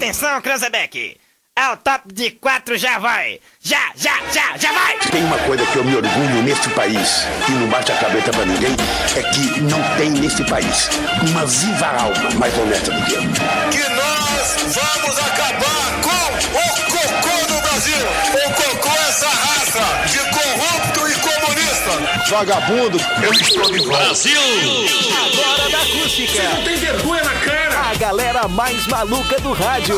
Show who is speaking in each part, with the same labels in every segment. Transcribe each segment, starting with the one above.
Speaker 1: Atenção, Cranzebeck! Ao top de quatro já vai! Já, já, já, já vai!
Speaker 2: Tem uma coisa que eu me orgulho neste país, que não bate a cabeça pra ninguém, é que não tem neste país uma viva alma mais honesta do que eu.
Speaker 3: que nós vamos acabar com o cocô do Brasil. O cocô é essa raça de corrupto e comunista.
Speaker 2: Vagabundo, eu estou de volta.
Speaker 3: Brasil!
Speaker 4: Agora da acústica. Você não tem vergonha na cara. A galera mais maluca do rádio.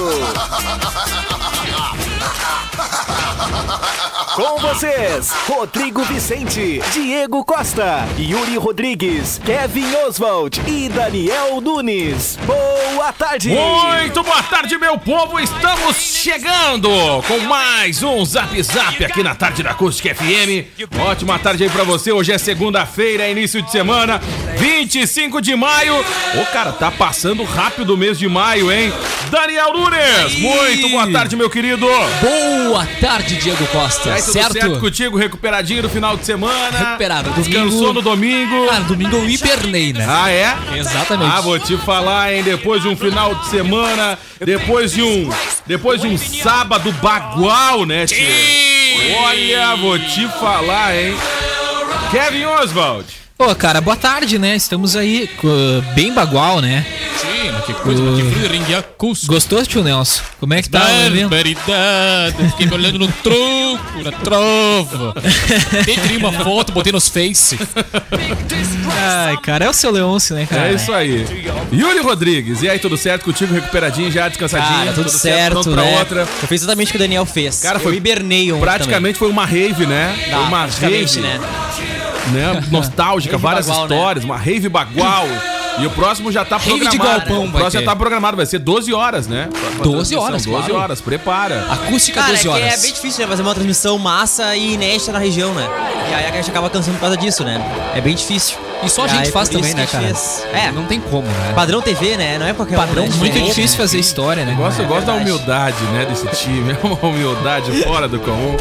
Speaker 4: Com vocês, Rodrigo Vicente, Diego Costa, Yuri Rodrigues, Kevin Oswald e Daniel Nunes. Boa tarde.
Speaker 5: Muito boa tarde, meu povo! Estamos chegando com mais um Zap Zap aqui na tarde da Acústica FM. Ótima tarde aí pra você. Hoje é segunda-feira, é início de semana, 25 de maio. Ô, cara, tá passando rápido o mês de maio, hein? Daniel Nunes, muito boa tarde, meu querido.
Speaker 6: Boa tarde, Diego Costa.
Speaker 5: Aí, tudo certo?
Speaker 6: certo?
Speaker 5: contigo? Recuperadinho do final de semana?
Speaker 6: Recuperado.
Speaker 5: Descansou
Speaker 6: Domingo-
Speaker 5: no domingo?
Speaker 6: Ah, domingo eu hibernei, né?
Speaker 5: Ah, é?
Speaker 6: Exatamente.
Speaker 5: Ah, vou te falar, hein? Depois de um final de semana, depois de um. Depois de um sábado bagual, né, tio? Olha, vou te falar, hein? Kevin Oswald.
Speaker 6: Ô, cara, boa tarde, né? Estamos aí uh, bem bagual, né?
Speaker 7: Sim, mas que coisa, mas que frio ringue a cusco.
Speaker 6: Gostou, tio Nelson? Como é que tá o evento?
Speaker 7: Barbaridade. Fiquei me olhando no tronco, na trova. Até Tirei uma foto, botei nos face.
Speaker 6: Ai, cara, é o seu Leôncio, né, cara?
Speaker 5: É isso aí. Yuri Rodrigues, e aí, tudo certo contigo? Recuperadinho já, descansadinho?
Speaker 6: Cara, tudo, certo,
Speaker 5: pronto pra
Speaker 6: né?
Speaker 5: outra.
Speaker 6: Eu fiz exatamente o que o Daniel fez.
Speaker 5: Cara,
Speaker 6: eu
Speaker 5: foi
Speaker 6: hibernei ontem
Speaker 5: Praticamente foi uma rave, né?
Speaker 6: também.
Speaker 5: Foi
Speaker 8: Ah,
Speaker 6: Tá,
Speaker 5: uma
Speaker 6: praticamente,
Speaker 5: rave.
Speaker 6: né?
Speaker 5: né? Nostálgica,
Speaker 6: Rave
Speaker 5: várias
Speaker 6: bagual, né?
Speaker 5: histórias, uma rave bagual. E o próximo já tá
Speaker 6: Rave de
Speaker 5: programado.
Speaker 6: galpão
Speaker 5: o
Speaker 6: vai
Speaker 5: próximo já
Speaker 6: ter.
Speaker 5: tá programado, vai ser 12 horas, né? Próxima
Speaker 6: 12 horas,
Speaker 5: transmissão, 12
Speaker 6: claro.
Speaker 5: horas, prepara.
Speaker 6: Acústica
Speaker 8: Cara,
Speaker 6: 12
Speaker 8: é, que
Speaker 6: horas.
Speaker 8: é bem difícil, né? Fazer uma transmissão massa e inédita na região, né? E aí a gente acaba cansando por causa disso, né? É bem difícil.
Speaker 6: E só a
Speaker 8: E
Speaker 6: gente
Speaker 8: aí,
Speaker 6: faz
Speaker 8: por
Speaker 6: também,
Speaker 8: isso
Speaker 6: né,
Speaker 8: que a
Speaker 6: cara?
Speaker 8: gente fez. É.
Speaker 6: Não tem como, né?
Speaker 8: Padrão TV, né? Não é qualquer
Speaker 6: Padrão
Speaker 8: um, né?
Speaker 6: muito
Speaker 8: Diferente,
Speaker 6: difícil
Speaker 8: né?
Speaker 6: fazer história, né?
Speaker 5: Eu gosto, eu
Speaker 6: cara?
Speaker 5: gosto da
Speaker 8: verdade.
Speaker 5: humildade, né, desse time. É uma humildade fora do comum.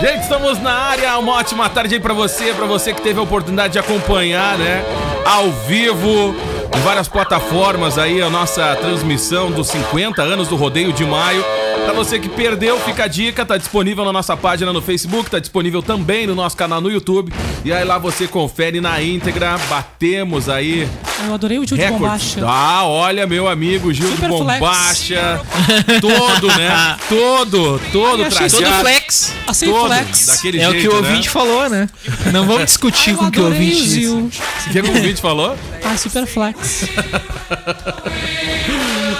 Speaker 5: Gente, estamos na área. Uma ótima tarde aí pra você, pra você que teve a oportunidade de acompanhar, né, ao vivo, em várias plataformas aí a nossa transmissão dos 50 anos do Rodeio de Maio. Pra você que perdeu, fica a dica, tá disponível na nossa página no Facebook, tá disponível também no nosso canal no YouTube. E aí lá você confere na íntegra. Batemos aí
Speaker 7: Eu adorei o Gil
Speaker 5: Recordes. Ah, olha, meu amigo Gil de
Speaker 7: Superflex.
Speaker 5: Bombacha. Todo, né? Todo, todo
Speaker 6: Todo
Speaker 5: trajado.
Speaker 6: flex.
Speaker 7: Assim,
Speaker 5: Todo,
Speaker 7: flex.
Speaker 5: daquele
Speaker 6: é o
Speaker 5: jeito,
Speaker 6: que o ouvinte
Speaker 5: né?
Speaker 6: falou, né? Não vamos discutir com o que o ouvinte disse.
Speaker 5: O que o ouvinte falou?
Speaker 7: Ah, super flex.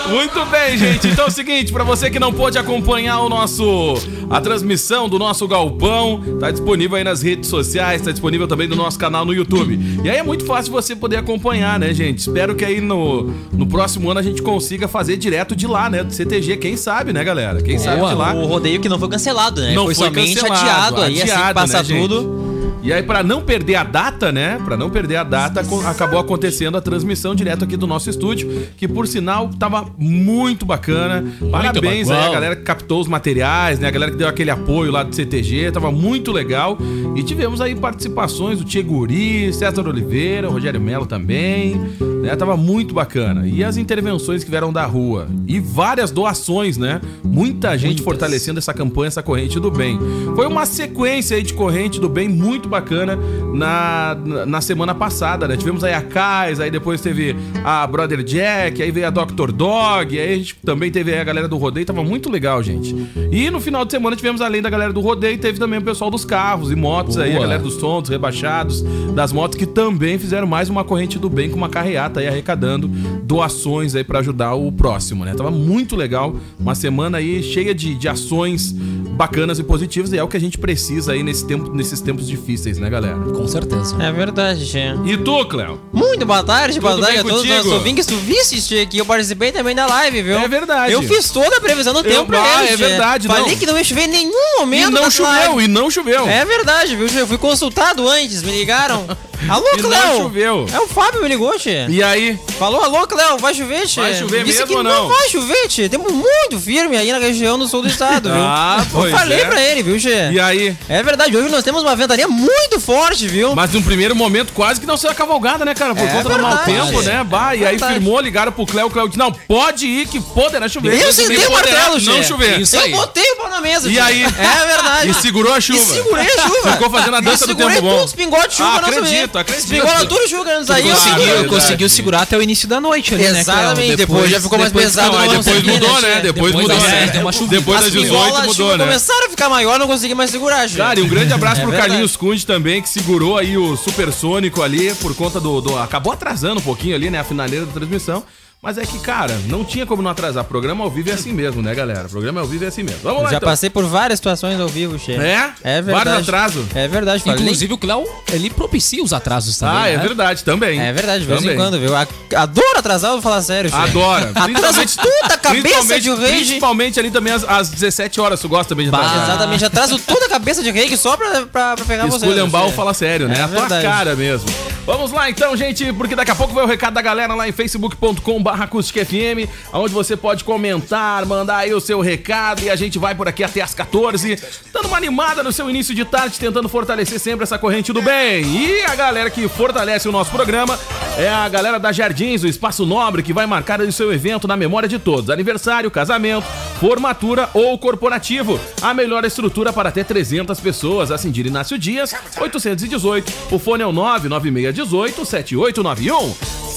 Speaker 5: Muito bem, gente. Então é o seguinte, pra você que não pôde acompanhar o nosso a transmissão do nosso galpão, tá disponível aí nas redes sociais, tá disponível também no nosso canal no YouTube. E aí é muito fácil você poder acompanhar, né, gente? Espero que aí no, no próximo ano a gente consiga fazer direto de lá, né, do CTG, quem sabe, né, galera? Quem sabe de lá.
Speaker 8: O rodeio que não foi cancelado, né?
Speaker 5: Não foi
Speaker 8: somente
Speaker 5: cancelado,
Speaker 8: adiado, aí assim que
Speaker 5: adiado,
Speaker 8: passa
Speaker 5: né, gente?
Speaker 8: tudo.
Speaker 5: E aí, pra não perder a data, né? Pra não perder a data, co- acabou acontecendo a transmissão direto aqui do nosso estúdio, que por sinal tava muito bacana. Parabéns aí a
Speaker 7: bagual.
Speaker 5: galera que captou os materiais, né? A galera que deu aquele apoio lá do CTG, tava muito legal. E tivemos aí participações do Tia Guri, César Oliveira, Rogério Melo também, né? Tava muito bacana. E as intervenções que vieram da rua. E várias doações, né? Muita gente fortalecendo essa campanha, essa corrente do bem. Foi uma sequência aí de corrente do bem muito bacana na, na, na semana passada, né? Tivemos aí a Kais, aí depois teve a Brother Jack, aí veio a Dr. Dog, aí a gente também teve aí a galera do rodeio, tava muito legal, gente. E no final de semana tivemos além da galera do rodeio, teve também o pessoal dos carros e motos aí, a
Speaker 6: Boa.
Speaker 5: galera dos som, dos rebaixados, das motos que também fizeram mais uma corrente do bem com uma carreata aí arrecadando doações aí pra ajudar o próximo, né? Tava muito legal, uma semana aí cheia de, de ações bacanas e positivas e é o que a gente precisa aí nesse tempo, nesses tempos difíceis, né, galera?
Speaker 6: Com certeza.
Speaker 8: É verdade, gente.
Speaker 5: E tu, Cléo?
Speaker 8: Muito boa tarde, boa
Speaker 5: Tudo
Speaker 8: tarde
Speaker 5: bem
Speaker 8: a todos os
Speaker 5: contigo?
Speaker 8: nossos ouvintes. Tu viste assistir aqui, eu participei também da live, viu?
Speaker 5: É verdade.
Speaker 8: Eu fiz toda a previsão do
Speaker 5: Eu-
Speaker 8: tempo pra
Speaker 5: Ah,
Speaker 8: eles,
Speaker 5: é
Speaker 8: Gê.
Speaker 5: verdade, não.
Speaker 8: Falei que não ia chover em nenhum
Speaker 5: E
Speaker 8: momento É
Speaker 5: não então.
Speaker 8: das lives.
Speaker 5: choveu, e não choveu.
Speaker 8: É verdade, viu? Eu fui consultado antes, me ligaram. Alô,
Speaker 5: E não
Speaker 8: Cléo!
Speaker 5: choveu.
Speaker 8: É o Fábio me ligou, tchê.
Speaker 5: E aí?
Speaker 8: Falou, alô, Cléo, vai chover, tchê?
Speaker 5: Vai chover
Speaker 8: Disse
Speaker 5: mesmo
Speaker 8: que
Speaker 5: ou não?
Speaker 8: Não vai chover, tchê. Temos muito firme aí na região do sul do estado, viu?
Speaker 5: Ah, pois
Speaker 8: Eu falei
Speaker 5: é.
Speaker 8: pra ele, viu, tchê?
Speaker 5: E aí?
Speaker 8: É verdade, hoje nós temos uma ventania muito forte, viu?
Speaker 5: Mas num primeiro momento quase que não saiu a cavalgada, né, cara? Por
Speaker 8: É
Speaker 5: conta do mau
Speaker 8: verdade.
Speaker 5: tempo, né? Bah, e aí
Speaker 8: Verdade.
Speaker 5: firmou, ligaram pro Cléo, o Cléo disse, não, pode ir que poderá chover.
Speaker 8: Eu sentei o
Speaker 5: Poderá
Speaker 8: martelo,
Speaker 5: Não
Speaker 8: tchê.
Speaker 5: chover.
Speaker 7: Isso aí.
Speaker 8: Eu botei o pau na mesa,
Speaker 5: E
Speaker 8: tchê.
Speaker 5: aí?
Speaker 8: É verdade.
Speaker 5: E segurou a chuva.
Speaker 8: E segurei a chuva.
Speaker 5: Ficou fazendo a dança
Speaker 8: E
Speaker 5: do
Speaker 8: segurei
Speaker 5: tempo bom.
Speaker 8: Todos os pingotes de chuva,
Speaker 5: Ah,
Speaker 8: não
Speaker 5: acredito,
Speaker 8: sabia.
Speaker 5: acredito.
Speaker 8: Pingola tudo de chuva que não saiu.
Speaker 5: conseguiu,
Speaker 8: segurei.
Speaker 5: Ah, é verdade.
Speaker 6: conseguiu segurar até o início da noite ali, né, Cléo?
Speaker 8: Exatamente, depois já ficou mais
Speaker 6: depois-
Speaker 8: pesado,
Speaker 6: não,
Speaker 5: Aí
Speaker 6: aí
Speaker 8: não
Speaker 5: depois
Speaker 8: sei,
Speaker 5: mudou,
Speaker 8: né,
Speaker 5: né?
Speaker 8: tchê?
Speaker 5: Depois
Speaker 7: Depois
Speaker 5: mudou,
Speaker 7: das
Speaker 5: né?
Speaker 7: dez deu uma chuvida.
Speaker 5: Depois das
Speaker 8: As pingolas
Speaker 5: 18
Speaker 8: de
Speaker 5: mudou,
Speaker 8: chuva
Speaker 5: né?
Speaker 8: começaram a ficar maior, não consegui mais segurar, gente.
Speaker 5: Cara, e um grande abraço pro
Speaker 8: verdade.
Speaker 5: Carlinhos Cunde também, que segurou aí o supersônico ali por conta do, do- Acabou atrasando um pouquinho ali, né? A finaleira da transmissão. Mas é que, cara, não tinha como não atrasar. Programa ao vivo é assim mesmo, né, galera? Programa ao vivo é assim mesmo. Vamos lá,
Speaker 8: Já
Speaker 5: então.
Speaker 8: passei por várias situações ao vivo, Che.
Speaker 5: É?
Speaker 8: É verdade.
Speaker 5: Vários atrasos.
Speaker 8: É verdade, falei.
Speaker 7: Inclusive o Cléo, ele propicia os atrasos também.
Speaker 5: Ah, é
Speaker 7: né?
Speaker 5: verdade, também.
Speaker 8: É verdade, de vez em
Speaker 5: Também.
Speaker 8: quando, viu? A- Adoro atrasar, eu vou falar sério, Che.
Speaker 5: Adora.
Speaker 8: Atrasa toda a cabeça
Speaker 5: principalmente-
Speaker 8: de um rei, gente.
Speaker 5: Principalmente ali também às, às 17 horas, tu gosta também de
Speaker 8: Ah,
Speaker 5: atrasar.
Speaker 8: Exatamente, atraso toda a cabeça de rei que só pra, pra, pra pegar você.
Speaker 5: Esculhambar ou
Speaker 8: Che.
Speaker 5: fala sério, né?
Speaker 8: É
Speaker 5: a tua
Speaker 8: verdade.
Speaker 5: cara mesmo. Vamos lá então, gente, porque daqui a pouco vai o recado da galera lá em facebook.com barra FM, onde você pode comentar, mandar aí o seu recado e a gente vai por aqui até as 14, dando uma animada no seu início de tarde, tentando fortalecer sempre essa corrente do bem. E a galera que fortalece o nosso programa é a galera da Jardins, o Espaço Nobre, que vai marcar o seu evento na memória de todos. Aniversário, casamento, formatura ou corporativo. A melhor estrutura para até 300 pessoas. Acendir Inácio Dias, 818. O fone é o 99618-7891.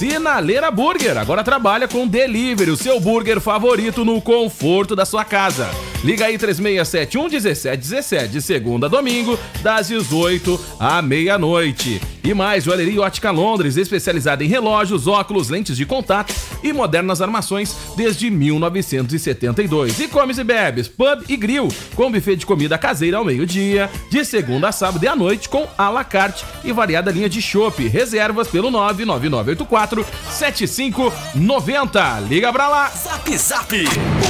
Speaker 5: Sinaleira Burger. Agora trabalha com delivery, o seu burger favorito no conforto da sua casa. Liga aí 3671-1717, de segunda a domingo, das 18 à meia-noite. E mais, Joalheria e Ótica Londres, especializada em relógios, óculos, lentes de contato e modernas armações desde 1972. E comes e bebes, pub e grill, com buffet de comida caseira ao meio-dia, de segunda a sábado e à noite, com à la carte e variada linha de chopp. Reservas pelo 99984-7590. Liga pra lá!
Speaker 9: Zap Zap.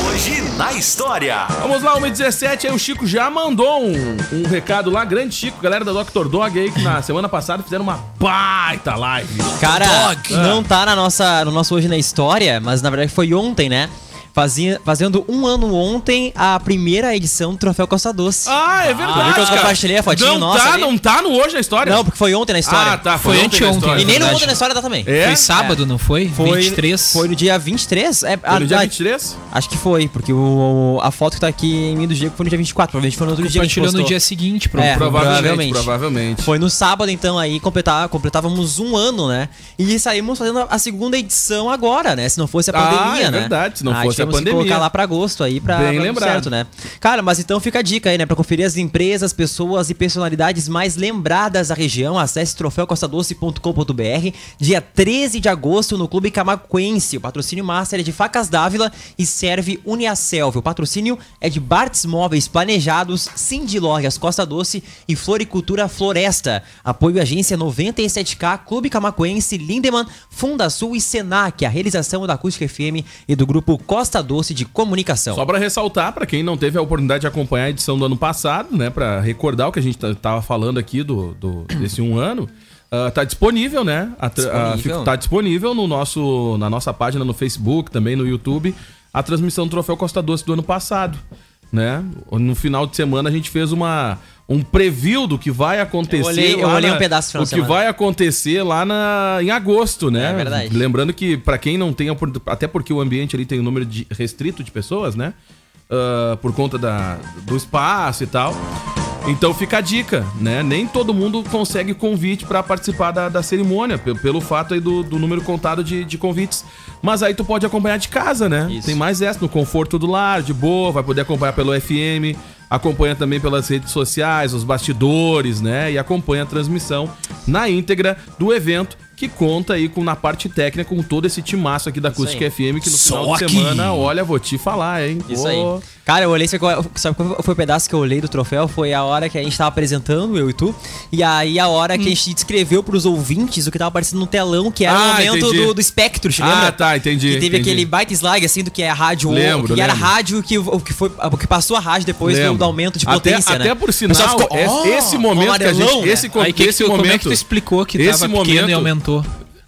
Speaker 9: Hoje na história.
Speaker 5: Vamos lá, 1h17, aí o Chico já mandou um, um recado lá, grande Chico, galera da Dr. Dog aí, que na semana passada fizeram uma baita live.
Speaker 8: Cara,
Speaker 5: Ah.
Speaker 8: não tá na nossa, no nosso Hoje na História, mas na verdade foi ontem, né? Fazia, fazendo um ano ontem a primeira edição do Troféu Costa Doce.
Speaker 5: Ah, é verdade,
Speaker 8: viu que eu
Speaker 5: cara.
Speaker 8: compartilhei a fotinho
Speaker 5: não
Speaker 8: nossa
Speaker 5: Tá,
Speaker 8: ali?
Speaker 5: não tá no hoje na história?
Speaker 8: Não, porque foi ontem na história.
Speaker 5: Ah, tá,
Speaker 6: Foi
Speaker 5: ontem na
Speaker 6: anteontem,
Speaker 5: história.
Speaker 8: E nem no
Speaker 6: Verdade.
Speaker 8: ontem na história tá também.
Speaker 5: É?
Speaker 6: Foi sábado, não foi?
Speaker 8: Foi,
Speaker 6: 23.
Speaker 8: Foi no dia 23? É,
Speaker 5: Foi no dia
Speaker 8: ah,
Speaker 5: 23?
Speaker 8: Acho que foi, porque o, a foto que tá aqui em mim do Diego foi no dia 24, provavelmente foi no outro dia que a gente
Speaker 6: Compartilhou no
Speaker 8: postou.
Speaker 6: dia seguinte, pro...
Speaker 8: É.
Speaker 5: Provavelmente,
Speaker 8: provavelmente.
Speaker 5: provavelmente.
Speaker 8: Foi no sábado, então, aí completar, completávamos um ano, né? E saímos fazendo a segunda edição agora, né? Se não fosse a
Speaker 5: Ah,
Speaker 8: pandemia,
Speaker 5: é
Speaker 8: né?
Speaker 5: verdade, se não fosse a
Speaker 8: tivemos que
Speaker 5: pandemia.
Speaker 8: colocar lá pra agosto aí, pra,
Speaker 5: Bem
Speaker 8: pra dar
Speaker 5: lembrado.
Speaker 8: certo, né? Cara, mas então fica a dica aí, né? Pra conferir as empresas, pessoas e personalidades mais lembradas da região, acesse troféucostadoce.com.br, dia 13 de agosto, no Clube Camacuense. O patrocínio master é de Facas Dávila e serve Uniacelv. O patrocínio é de Bartes Móveis Planejados, Cindy Lojas Costa Doce e Floricultura Floresta. Apoio Agência 97K, Clube Camacuense, Lindemann, Fundasul e Senac. A realização é da Acústica FM e do Grupo Costa Doce de Comunicação.
Speaker 5: Só pra ressaltar, pra quem não teve a oportunidade de acompanhar a edição do ano passado, né? Pra recordar o que a gente tá- tava falando aqui do, do- desse um ano. ah, tá disponível, né? A, tra- a-
Speaker 8: Disponível.
Speaker 5: fica- tá disponível no nosso, na nossa página no Facebook, também no YouTube, a transmissão do Troféu Costa Doce do ano passado. Né? No final de semana a gente fez uma, um preview do que vai acontecer.
Speaker 8: Eu olhei- eu
Speaker 5: lá
Speaker 8: olhei um
Speaker 5: na-
Speaker 8: pedaço no final
Speaker 5: O
Speaker 8: de
Speaker 5: que
Speaker 8: semana.
Speaker 5: vai acontecer lá na, em agosto, né?
Speaker 8: É verdade.
Speaker 5: Lembrando que, pra quem não tem, a oportun- até porque o ambiente ali tem um número de- restrito de pessoas, né? Ah, por conta da, do espaço e tal. Então fica a dica, né? Nem todo mundo consegue convite pra participar da, da cerimônia, pe- pelo fato aí do, do número contado de, de convites. Mas aí tu pode acompanhar de casa, né?
Speaker 8: Isso.
Speaker 5: Tem mais essa, no conforto do lar, de boa, vai poder acompanhar pelo FM, acompanha também pelas redes sociais, os bastidores, né? E acompanha a transmissão na íntegra do evento, que conta aí com, na parte técnica com todo esse timaço aqui da Acústica FM, que no
Speaker 9: Só
Speaker 5: final de
Speaker 9: aqui.
Speaker 5: semana, olha, vou te falar, hein?
Speaker 8: Isso
Speaker 5: Pô,
Speaker 8: aí. Cara, eu olhei, sabe qual, sabe qual foi o pedaço que eu olhei do troféu? Foi a hora que a gente tava apresentando, eu e tu. E aí a hora que a gente descreveu pros ouvintes o que tava aparecendo no telão, que era
Speaker 5: Hum. Ah,
Speaker 8: o momento
Speaker 5: entendi.
Speaker 8: do, do espectro, te
Speaker 5: Ah,
Speaker 8: lembra?
Speaker 5: tá, entendi,
Speaker 8: Que teve
Speaker 5: entendi.
Speaker 8: aquele baita slide, assim, do que é a rádio on,
Speaker 5: Lembro,
Speaker 8: que era a
Speaker 5: lembro.
Speaker 8: rádio que, o que, foi, o que passou a rádio depois do,
Speaker 5: Lembro.
Speaker 8: do aumento de
Speaker 5: até,
Speaker 8: potência,
Speaker 5: até
Speaker 8: né?
Speaker 5: por
Speaker 8: O pessoal
Speaker 5: sinal,
Speaker 8: ficou,
Speaker 5: es-
Speaker 8: "Oh,
Speaker 5: esse momento que a
Speaker 8: amarelão,
Speaker 5: gente,
Speaker 8: né?"
Speaker 5: esse, con-
Speaker 6: Aí que que
Speaker 5: esse
Speaker 6: tu-
Speaker 5: momento,
Speaker 6: como é que tu explicou que
Speaker 5: esse
Speaker 6: tava pequeno
Speaker 5: momento-
Speaker 6: e aumentou?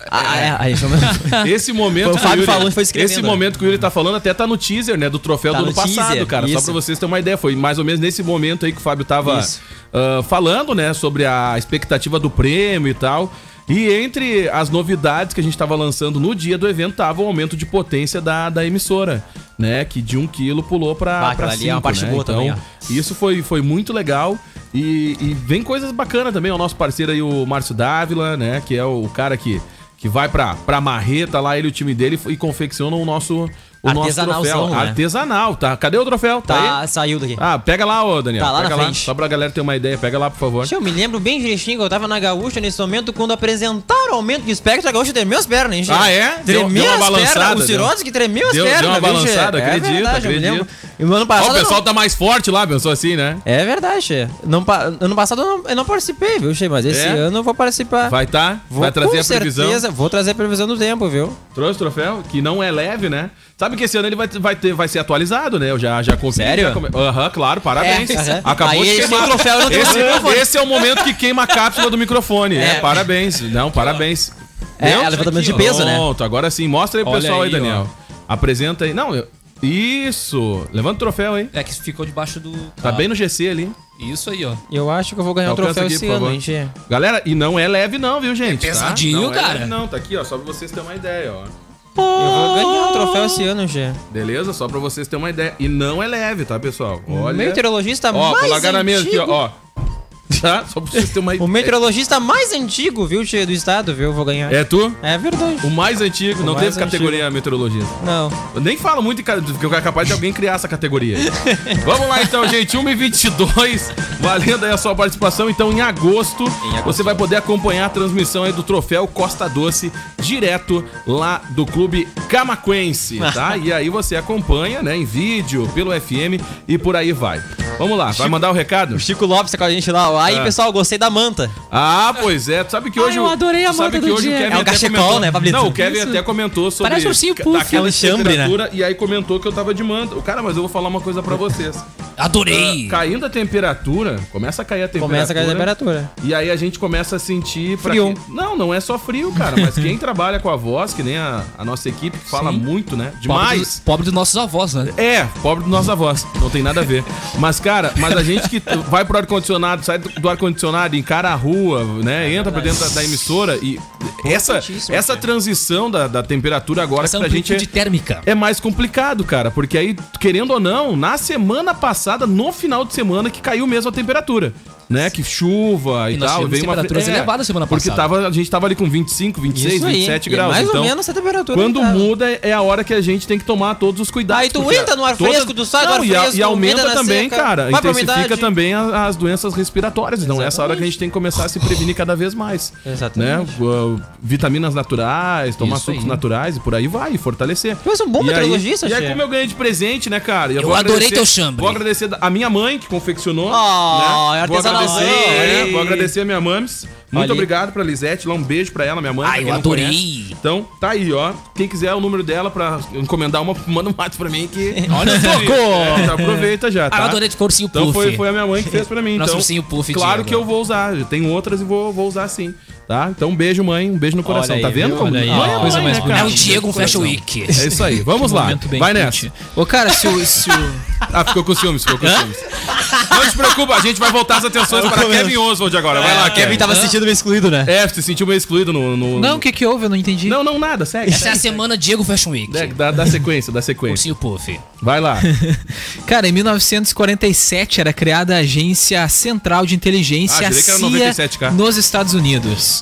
Speaker 8: Ah, é, aí foi-
Speaker 5: esse momento,
Speaker 8: Foi o
Speaker 5: que
Speaker 8: Fábio
Speaker 5: Yuri-
Speaker 8: falando e foi escrevendo,
Speaker 5: esse
Speaker 8: né?
Speaker 5: momento que o Yuri tá falando até tá no teaser, né, do troféu
Speaker 8: Tá
Speaker 5: do ano
Speaker 8: no teaser,
Speaker 5: passado, cara, só
Speaker 8: isso.
Speaker 5: pra vocês terem uma ideia, foi mais ou menos nesse momento aí que o Fábio tava
Speaker 8: Isso.
Speaker 5: ah, falando, né, sobre a expectativa do prêmio e tal. E entre as novidades que a gente tava lançando no dia do evento tava o aumento de potência da, da emissora, né, que de um quilo pulou pra
Speaker 8: Bah,
Speaker 5: pra
Speaker 8: aquela ali é uma
Speaker 5: cinco, né? Então,
Speaker 8: parte boa também,
Speaker 5: Isso foi, foi muito legal. E, e vem coisas bacanas também. é O nosso parceiro aí, o Márcio Dávila, né? Que é o cara que, que vai pra, pra marreta lá, ele e o time dele, e confeccionam o nosso, o nosso
Speaker 8: Artesanalzão,
Speaker 5: troféu.
Speaker 8: né?
Speaker 5: Artesanal, tá? Cadê o troféu? Tá,
Speaker 8: tá,
Speaker 5: aí?
Speaker 8: saiu daqui.
Speaker 5: Ah, pega lá, ô Daniel.
Speaker 8: Tá lá
Speaker 5: pega
Speaker 8: na frente.
Speaker 5: Só pra galera ter uma ideia, pega lá, por favor.
Speaker 8: Eu me lembro bem direitinho que eu tava na Gaúcha nesse momento, quando apresentaram o aumento de espectro, a Gaúcha tremeu as pernas, hein? gente?
Speaker 5: Ah, é? Deu-
Speaker 8: Tremeu
Speaker 5: deu uma
Speaker 8: as
Speaker 5: balançada,
Speaker 8: pernas, o Tá Cirose
Speaker 5: deu.
Speaker 8: que tremeu as
Speaker 5: Deu- deu
Speaker 8: pernas.
Speaker 5: uma
Speaker 8: viu, gente?
Speaker 5: balançada,
Speaker 8: É
Speaker 5: acredito,
Speaker 8: verdade, eu me
Speaker 5: acredito.
Speaker 8: lembro. E no ano
Speaker 5: Ó,
Speaker 8: passado...
Speaker 5: o
Speaker 8: eu
Speaker 5: pessoal
Speaker 8: não-
Speaker 5: tá mais forte lá, pensou assim, né?
Speaker 8: É verdade, che. Não pa- Ano passado eu não, eu não participei, viu, che? Mas esse
Speaker 5: É?
Speaker 8: ano eu vou participar.
Speaker 5: Vai tá?
Speaker 8: Vou,
Speaker 5: vai trazer
Speaker 8: com
Speaker 5: a previsão.
Speaker 8: certeza, vou trazer a previsão do tempo, viu?
Speaker 5: Trouxe o troféu, que não é leve, né? Sabe que esse ano ele vai, vai, ter, vai ser atualizado, né? Eu já, já confirmei.
Speaker 8: Sério?
Speaker 5: já come- Aham, claro, parabéns.
Speaker 8: É, aham.
Speaker 5: Acabou
Speaker 8: Aí
Speaker 5: de
Speaker 8: ele
Speaker 5: queimar.
Speaker 8: tem o troféu, eu não tenho
Speaker 5: esse,
Speaker 8: o microfone.
Speaker 5: esse é o momento que queima a cápsula do microfone. É,
Speaker 8: É.
Speaker 5: parabéns. Não, parabéns.
Speaker 8: É,
Speaker 5: Deu?
Speaker 8: é levantamento de
Speaker 5: Aqui, ó.
Speaker 8: peso, né?
Speaker 5: Pronto, agora sim. Mostra aí pro
Speaker 7: Olha
Speaker 5: pessoal aí,
Speaker 7: aí,
Speaker 5: Daniel. Apresenta aí. Não, eu... Isso. Levanta o troféu aí.
Speaker 7: É que ficou debaixo do.
Speaker 5: Tá bem no GC ali.
Speaker 7: Isso aí, ó.
Speaker 8: Eu acho que eu vou ganhar o
Speaker 5: Alcança
Speaker 8: troféu
Speaker 5: aqui,
Speaker 8: esse
Speaker 5: por
Speaker 8: ano,
Speaker 5: favor.
Speaker 8: hein, che.
Speaker 5: Galera, e não é leve não, viu, gente?
Speaker 7: É pesadinho,
Speaker 5: Tá? Não é
Speaker 7: cara.
Speaker 5: leve não, tá aqui, ó. Só pra vocês terem uma ideia, ó.
Speaker 8: Eu vou ganhar o troféu esse ano, che.
Speaker 5: Beleza? Só pra vocês terem uma ideia. E não é leve, tá, pessoal?
Speaker 8: Hum,
Speaker 5: Olha.
Speaker 8: Meteorologista
Speaker 5: Ó,
Speaker 8: mais
Speaker 5: colocar na mesa aqui, ó.
Speaker 8: antigo-
Speaker 5: ó. Tá? Só pra vocês terem uma
Speaker 8: O meteorologista mais antigo, viu, che, do estado, viu? Eu vou ganhar.
Speaker 5: É tu?
Speaker 8: É verdade.
Speaker 5: O mais antigo, não
Speaker 8: mais
Speaker 5: teve categoria meteorologista.
Speaker 8: Não.
Speaker 5: Eu nem falo muito em ca- que eu é capaz de alguém criar essa categoria. Vamos lá então, gente. 1h22, valendo aí a sua participação. Então, em agosto, você vai poder acompanhar a transmissão aí do troféu Costa Doce, direto lá do Clube Camaquense, tá? E aí você acompanha, né, em vídeo, pelo FM e por aí vai. Vamos lá, vai mandar o recado?
Speaker 8: O Chico Lopes tá com a gente lá. ó. Aí,
Speaker 5: É.
Speaker 8: pessoal, gostei da manta.
Speaker 5: Ah, pois é. Tu sabe que hoje.
Speaker 6: eu
Speaker 5: o-
Speaker 6: adorei a
Speaker 5: tu sabe
Speaker 6: moda
Speaker 5: que
Speaker 6: do
Speaker 5: hoje
Speaker 6: dia.
Speaker 5: O Kevin
Speaker 8: É um
Speaker 5: até
Speaker 8: cachecol,
Speaker 5: comentou-
Speaker 8: né, Pablito?
Speaker 5: Não, o Kevin
Speaker 6: Isso.
Speaker 5: até comentou sobre.
Speaker 6: Parece ursinho
Speaker 5: que-
Speaker 6: puff.
Speaker 5: daquela
Speaker 8: É um chambre, né?
Speaker 5: temperatura, E aí comentou que eu tava de manta. O cara, mas eu vou falar uma coisa pra vocês. Ah,
Speaker 7: Adorei!
Speaker 5: Caindo a temperatura, começa a cair a temperatura.
Speaker 8: Começa com a temperatura.
Speaker 5: E aí a gente começa a sentir. pra
Speaker 8: Frio.
Speaker 5: quem- Não, não é só frio, cara. Mas quem trabalha com a voz, que nem a, a nossa equipe, que fala
Speaker 7: Sim.
Speaker 5: muito, né?
Speaker 7: Pobre
Speaker 5: Demais.
Speaker 7: dos, pobre dos nossos avós, né?
Speaker 5: É, pobre dos nossos avós. Não tem nada a ver. Mas, cara, mas a gente que vai pro ar-condicionado, sai do do ar-condicionado, encara a rua, né?
Speaker 7: É
Speaker 5: Entra pra dentro da, da emissora e. Essa, essa transição da, da temperatura agora
Speaker 7: Essa
Speaker 5: pra gente.
Speaker 7: amplitude
Speaker 5: É,
Speaker 7: térmica.
Speaker 5: é mais complicado, cara, porque aí, querendo ou não, na semana passada, no final de semana, que caiu mesmo a temperatura. Né? Que chuva e,
Speaker 7: E nós
Speaker 5: tal.
Speaker 7: tivemos
Speaker 5: Veio uma é,
Speaker 7: temperaturas elevadas semana
Speaker 5: Porque
Speaker 7: passada.
Speaker 5: tava, a gente tava ali com 25, 26,
Speaker 8: Isso aí.
Speaker 5: 27
Speaker 8: E é
Speaker 5: graus.
Speaker 8: mais ou
Speaker 5: então,
Speaker 8: menos essa temperatura
Speaker 5: Quando
Speaker 8: que tava.
Speaker 5: muda, é a hora que a gente tem que tomar todos os cuidados.
Speaker 8: então. Aí tu
Speaker 5: porque
Speaker 8: entra no ar fresco, tu sai do
Speaker 5: Não,
Speaker 8: ar
Speaker 5: e, a-
Speaker 8: fresco,
Speaker 5: e aumenta
Speaker 8: entra na
Speaker 5: também,
Speaker 8: seca,
Speaker 5: cara.
Speaker 8: vai pra
Speaker 5: Intensifica
Speaker 8: umidade.
Speaker 5: também a- as doenças respiratórias. Então, é essa hora que a gente tem que começar a se prevenir cada vez mais.
Speaker 8: Exatamente.
Speaker 5: Né? Uh, vitaminas naturais, tomar
Speaker 7: Isso
Speaker 5: sucos
Speaker 7: aí.
Speaker 5: naturais e por aí vai, fortalecer.
Speaker 8: Tu és um bom
Speaker 5: E aí-
Speaker 8: meteorologista,
Speaker 5: E aí,
Speaker 8: Che.
Speaker 5: como eu ganhei de presente, né, cara?
Speaker 7: Eu
Speaker 5: vou
Speaker 7: adorei
Speaker 5: agradecer-
Speaker 7: teu chambre.
Speaker 5: Vou agradecer a minha mãe, que confeccionou. né?
Speaker 8: Ah, é
Speaker 5: Vou agradecer,
Speaker 8: artesanalzão.
Speaker 5: é,
Speaker 8: Ei.
Speaker 5: vou agradecer a minha mames. Muito
Speaker 8: Olha aí. Ah,
Speaker 5: obrigado pra Lisete, lá um beijo pra ela, minha mãe. pra
Speaker 7: Ai,
Speaker 5: quem
Speaker 7: eu
Speaker 5: não
Speaker 7: adorei.
Speaker 5: conhece. Então, tá aí, ó. Quem quiser o número dela pra encomendar uma, manda um WhatsApp pra mim que.
Speaker 7: Olha o fogo!
Speaker 5: É, já aproveita já, tá?
Speaker 7: Ah, eu adorei de corcinho
Speaker 5: Então
Speaker 7: puff.
Speaker 5: foi, foi a minha mãe que fez pra mim.
Speaker 7: Nosso
Speaker 5: então,
Speaker 7: ursinho puff,
Speaker 5: Claro
Speaker 7: Diego.
Speaker 5: que eu vou usar. Eu tenho outras e vou, vou usar sim. Tá? Então um beijo, mãe. Um beijo no coração.
Speaker 6: aí,
Speaker 5: tá vendo
Speaker 6: viu?
Speaker 5: como?
Speaker 6: Olha aí,
Speaker 5: Mãe né,
Speaker 6: ó. Coisa mais
Speaker 5: cara?
Speaker 6: bonita.
Speaker 7: É o Diego Fashion Week.
Speaker 5: É isso aí. Vamos lá.
Speaker 6: Momento bem
Speaker 5: Vai
Speaker 6: cult.
Speaker 5: nessa.
Speaker 6: Ô, cara, se o. Se o...
Speaker 5: Ah, ficou com ciúmes, ficou com ciúmes. Não se preocupa, a gente vai voltar as atenções para Kevin Oswald agora. Vai
Speaker 6: É.
Speaker 5: lá, Ah, Kevin.
Speaker 8: tava sentindo meio excluído, né?
Speaker 5: É, se sentiu meio excluído no. no-
Speaker 6: Não, o que que houve? Eu não entendi.
Speaker 5: não, não, nada, segue.
Speaker 7: Essa é a semana Diego Fashion Week.
Speaker 5: É, dá, dá sequência, dá
Speaker 7: Corcinho
Speaker 5: sequência.
Speaker 7: puff.
Speaker 5: Vai lá.
Speaker 6: Cara, em 1947 era criada a Agência Central de Inteligência,
Speaker 5: Ah,
Speaker 6: a
Speaker 5: achei que era
Speaker 6: CIA,
Speaker 5: 97K.
Speaker 6: nos Estados Unidos.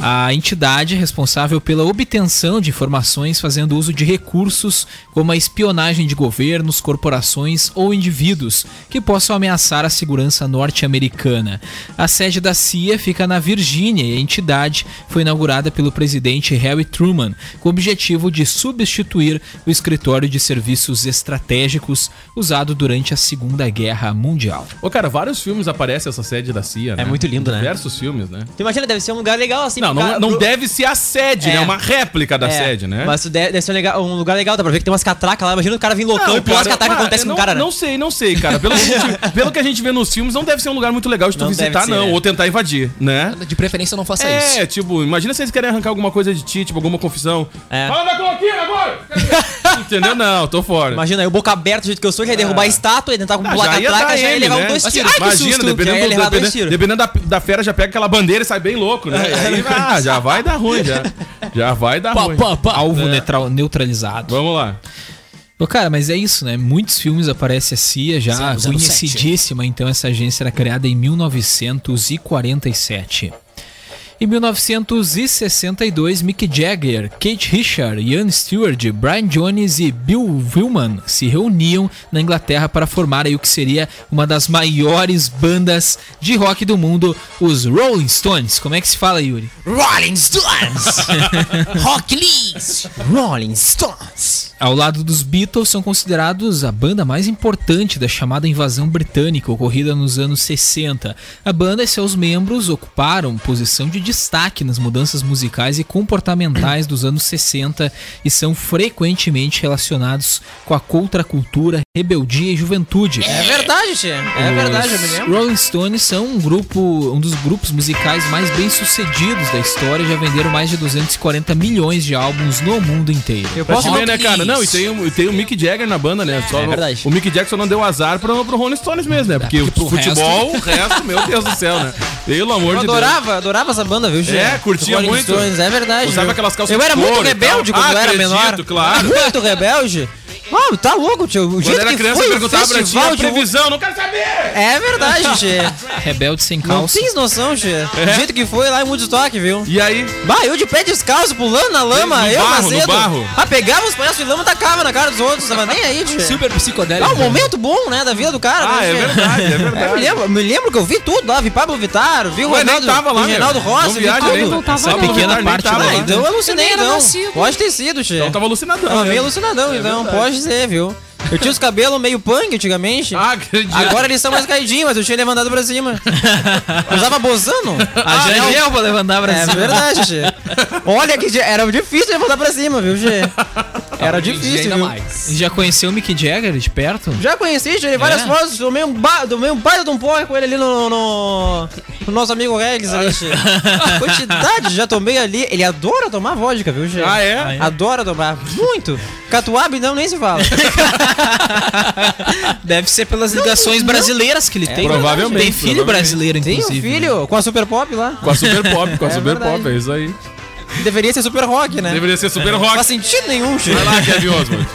Speaker 6: a entidade responsável pela obtenção de informações fazendo uso de recursos como a espionagem de governos, corporações ou indivíduos que possam ameaçar a segurança norte-americana. A sede da CIA fica na Virgínia e a entidade foi inaugurada pelo presidente Harry Truman com o objetivo de substituir o escritório de serviços estratégicos usado durante a Segunda Guerra Mundial.
Speaker 5: Ô, cara, vários filmes aparecem essa sede da CIA, né?
Speaker 8: muito lindo, né?
Speaker 5: Diversos filmes, né?
Speaker 8: Tu imagina, deve ser um lugar legal assim.
Speaker 5: Não, é
Speaker 8: pro cara-
Speaker 5: não, não
Speaker 8: pro-
Speaker 5: deve ser a sede, né?
Speaker 8: É.
Speaker 5: É uma réplica da
Speaker 8: É,
Speaker 5: sede, né?
Speaker 8: Mas tu deve, deve ser um, legal- um lugar legal, dá pra ver que tem umas catracas lá. Imagina o cara vir loucão e pular as
Speaker 5: cara,
Speaker 8: catracas que
Speaker 5: mas
Speaker 8: acontece
Speaker 5: eu
Speaker 8: com
Speaker 5: não,
Speaker 8: o cara, né?
Speaker 5: Não sei, não sei, cara. Pelo, que, a gente- pelo que a gente vê nos filmes, não deve ser um lugar muito legal de tu
Speaker 8: Não deve
Speaker 5: visitar,
Speaker 8: ser,
Speaker 5: não.
Speaker 8: né?
Speaker 5: Ou tentar invadir, né?
Speaker 7: De preferência não faça isso.
Speaker 5: É, tipo, imagina se eles querem arrancar alguma coisa de ti, tipo, alguma confissão.
Speaker 8: É.
Speaker 5: Fala da cloquinha agora! Entendeu? Não, tô fora.
Speaker 8: Imagina, eu boca aberta do jeito que eu sou, já ia derrubar a estátua, ia tentar
Speaker 5: Ah,
Speaker 8: pular a catraca, já ia levar um dois
Speaker 5: Assim,
Speaker 8: tiros. Ai, que
Speaker 5: Imagina,
Speaker 8: susto! Já
Speaker 5: dependendo,
Speaker 8: ia
Speaker 5: do,
Speaker 8: levar dois
Speaker 5: dependendo-
Speaker 8: tiros. É.
Speaker 5: dependendo da, da fera, já pega aquela bandeira e sai bem louco, né? E aí, ah, já vai dar ruim, já. Já vai dar
Speaker 7: Pá,
Speaker 5: ruim.
Speaker 7: pá, pá.
Speaker 6: Alvo
Speaker 5: É.
Speaker 6: neutral- neutralizado.
Speaker 5: Vamos lá.
Speaker 6: Ô, cara, mas é isso, né? Muitos filmes aparece a CIA já
Speaker 7: 007.
Speaker 6: conhecidíssima, então essa agência era criada em 1947. Em 1962, Mick Jagger, Kate Richard, Ian Stewart, Brian Jones e Bill Willman se reuniam na Inglaterra para formar aí o que seria uma das maiores bandas de rock do mundo, os Rolling Stones. Como é que se fala, Yuri?
Speaker 7: Rolling Stones! Rock Lees!
Speaker 8: Rolling Stones.
Speaker 6: Ao lado dos Beatles, são considerados a banda mais importante da chamada invasão britânica ocorrida nos anos 60. A banda e seus membros ocuparam posição de destaque nas mudanças musicais e comportamentais dos anos 60 e são frequentemente relacionados com a contracultura, rebeldia e juventude.
Speaker 8: É verdade, tia. É verdade, eu me lembro.
Speaker 6: Os Rolling Stones são um grupo, um dos grupos musicais mais bem sucedidos da história, e já venderam mais de 240 milhões de álbuns no mundo inteiro.
Speaker 8: Eu
Speaker 5: Pra te
Speaker 8: posso
Speaker 5: ver, né, cara? Não, e tem, o- e tem o Mick Jagger na banda, né? Só,
Speaker 8: É, verdade. É,
Speaker 5: O Mick Jagger só não deu azar pro, pro Rolling Stones mesmo, né? Porque,
Speaker 6: porque
Speaker 5: o
Speaker 6: pro
Speaker 5: futebol, o resto, meu Deus do céu, né? Pelo amor
Speaker 8: Eu
Speaker 5: de Deus.
Speaker 8: adorava, adorava essa banda, viu, Gê?
Speaker 5: É, curtia
Speaker 8: Rolling
Speaker 5: muito.
Speaker 8: Stones, é verdade.
Speaker 5: Usava
Speaker 8: viu?
Speaker 5: aquelas calças
Speaker 8: Eu era
Speaker 5: de
Speaker 8: muito
Speaker 5: couro e
Speaker 8: rebelde
Speaker 5: tal.
Speaker 8: quando eu era
Speaker 5: Acredito,
Speaker 8: menor.
Speaker 5: claro.
Speaker 8: Muito rebelde. Mano, tá louco, tio. O
Speaker 5: Quando
Speaker 8: jeito
Speaker 5: era
Speaker 8: que
Speaker 5: criança, eu
Speaker 8: foi o
Speaker 5: perguntava pra ti a
Speaker 8: festival de...
Speaker 5: previsão, não quero saber!
Speaker 8: É verdade, Gê.
Speaker 6: Rebelde sem
Speaker 8: Não
Speaker 6: calça.
Speaker 8: tens noção, Gê.
Speaker 5: É.
Speaker 8: Do jeito que foi lá em Woodstock, viu?
Speaker 5: E aí,
Speaker 8: Bah, eu de pé descalço, pulando na lama,
Speaker 5: No
Speaker 8: eu,
Speaker 5: barro, no
Speaker 8: Macedo.
Speaker 5: barro.
Speaker 8: Ah, pegava os palhaços de lama e tacava na cara dos outros, tava nem aí, tio.
Speaker 6: Super psicodélico.
Speaker 8: Ah, um momento bom, né, da vida do cara.
Speaker 5: Ah,
Speaker 8: né,
Speaker 5: é
Speaker 8: tio?
Speaker 5: verdade, é verdade.
Speaker 8: Eu me lembro, me lembro que eu vi tudo lá, vi Pablo Vittar, vi o
Speaker 5: Ué, nem
Speaker 8: Reinaldo,
Speaker 5: tava lá,
Speaker 8: o
Speaker 5: meu.
Speaker 8: Reinaldo
Speaker 5: Não
Speaker 8: Rossi, vi
Speaker 5: viaja, nem-
Speaker 8: tudo.
Speaker 5: Não tava,
Speaker 6: Só
Speaker 5: não.
Speaker 6: pequena
Speaker 5: Nem
Speaker 6: parte
Speaker 5: tava
Speaker 6: lá.
Speaker 5: lá.
Speaker 8: Ah, então eu alucinei,
Speaker 7: nem era
Speaker 8: então.
Speaker 7: nascido.
Speaker 8: Pode ter sido, tio.
Speaker 5: então tava alucinadão.
Speaker 8: Tava
Speaker 5: né?
Speaker 8: meio alucinadão, então, pode ser, viu? Eu tinha os cabelos meio punk antigamente.
Speaker 5: Ah, acredito.
Speaker 8: Agora eles são mais caidinhos, mas eu tinha levantado pra cima. Eu usava bozano?
Speaker 6: A Jangel pra levantar pra
Speaker 8: Ah, É
Speaker 6: cima.
Speaker 8: verdade, Gê. Olha que Gê, era difícil levantar pra cima, viu, Gê? Era difícil,
Speaker 7: Ainda
Speaker 8: viu?
Speaker 7: mais.
Speaker 6: Já conheceu o Mick Jagger de perto?
Speaker 8: Já conheci, Gê, várias
Speaker 6: É?
Speaker 8: fotos, tomei um, ba tomei um baita de um porre com ele ali no, no, no nosso amigo Regis ali, Gê. Quantidade, já tomei ali. Ele adora tomar vodka, viu, Gê?
Speaker 5: Ah, é?
Speaker 8: Adora tomar, muito. Catuaba, não, nem se fala.
Speaker 6: Deve ser pelas ligações brasileiras que ele tem. né?
Speaker 5: provavelmente,
Speaker 6: Tem filho
Speaker 5: provavelmente.
Speaker 6: brasileiro,
Speaker 8: É, Tem um
Speaker 6: inclusive. né?
Speaker 8: filho com a Super Pop lá.
Speaker 5: Com a Super Pop, com a
Speaker 8: É
Speaker 5: Super
Speaker 8: verdade.
Speaker 5: Pop, é isso aí.
Speaker 8: Deveria ser Super Rock, né?
Speaker 5: Deveria ser Super
Speaker 8: Não faz
Speaker 5: Rock.
Speaker 8: sentido nenhum, Gê.
Speaker 5: Vai lá, Kevin Oswald.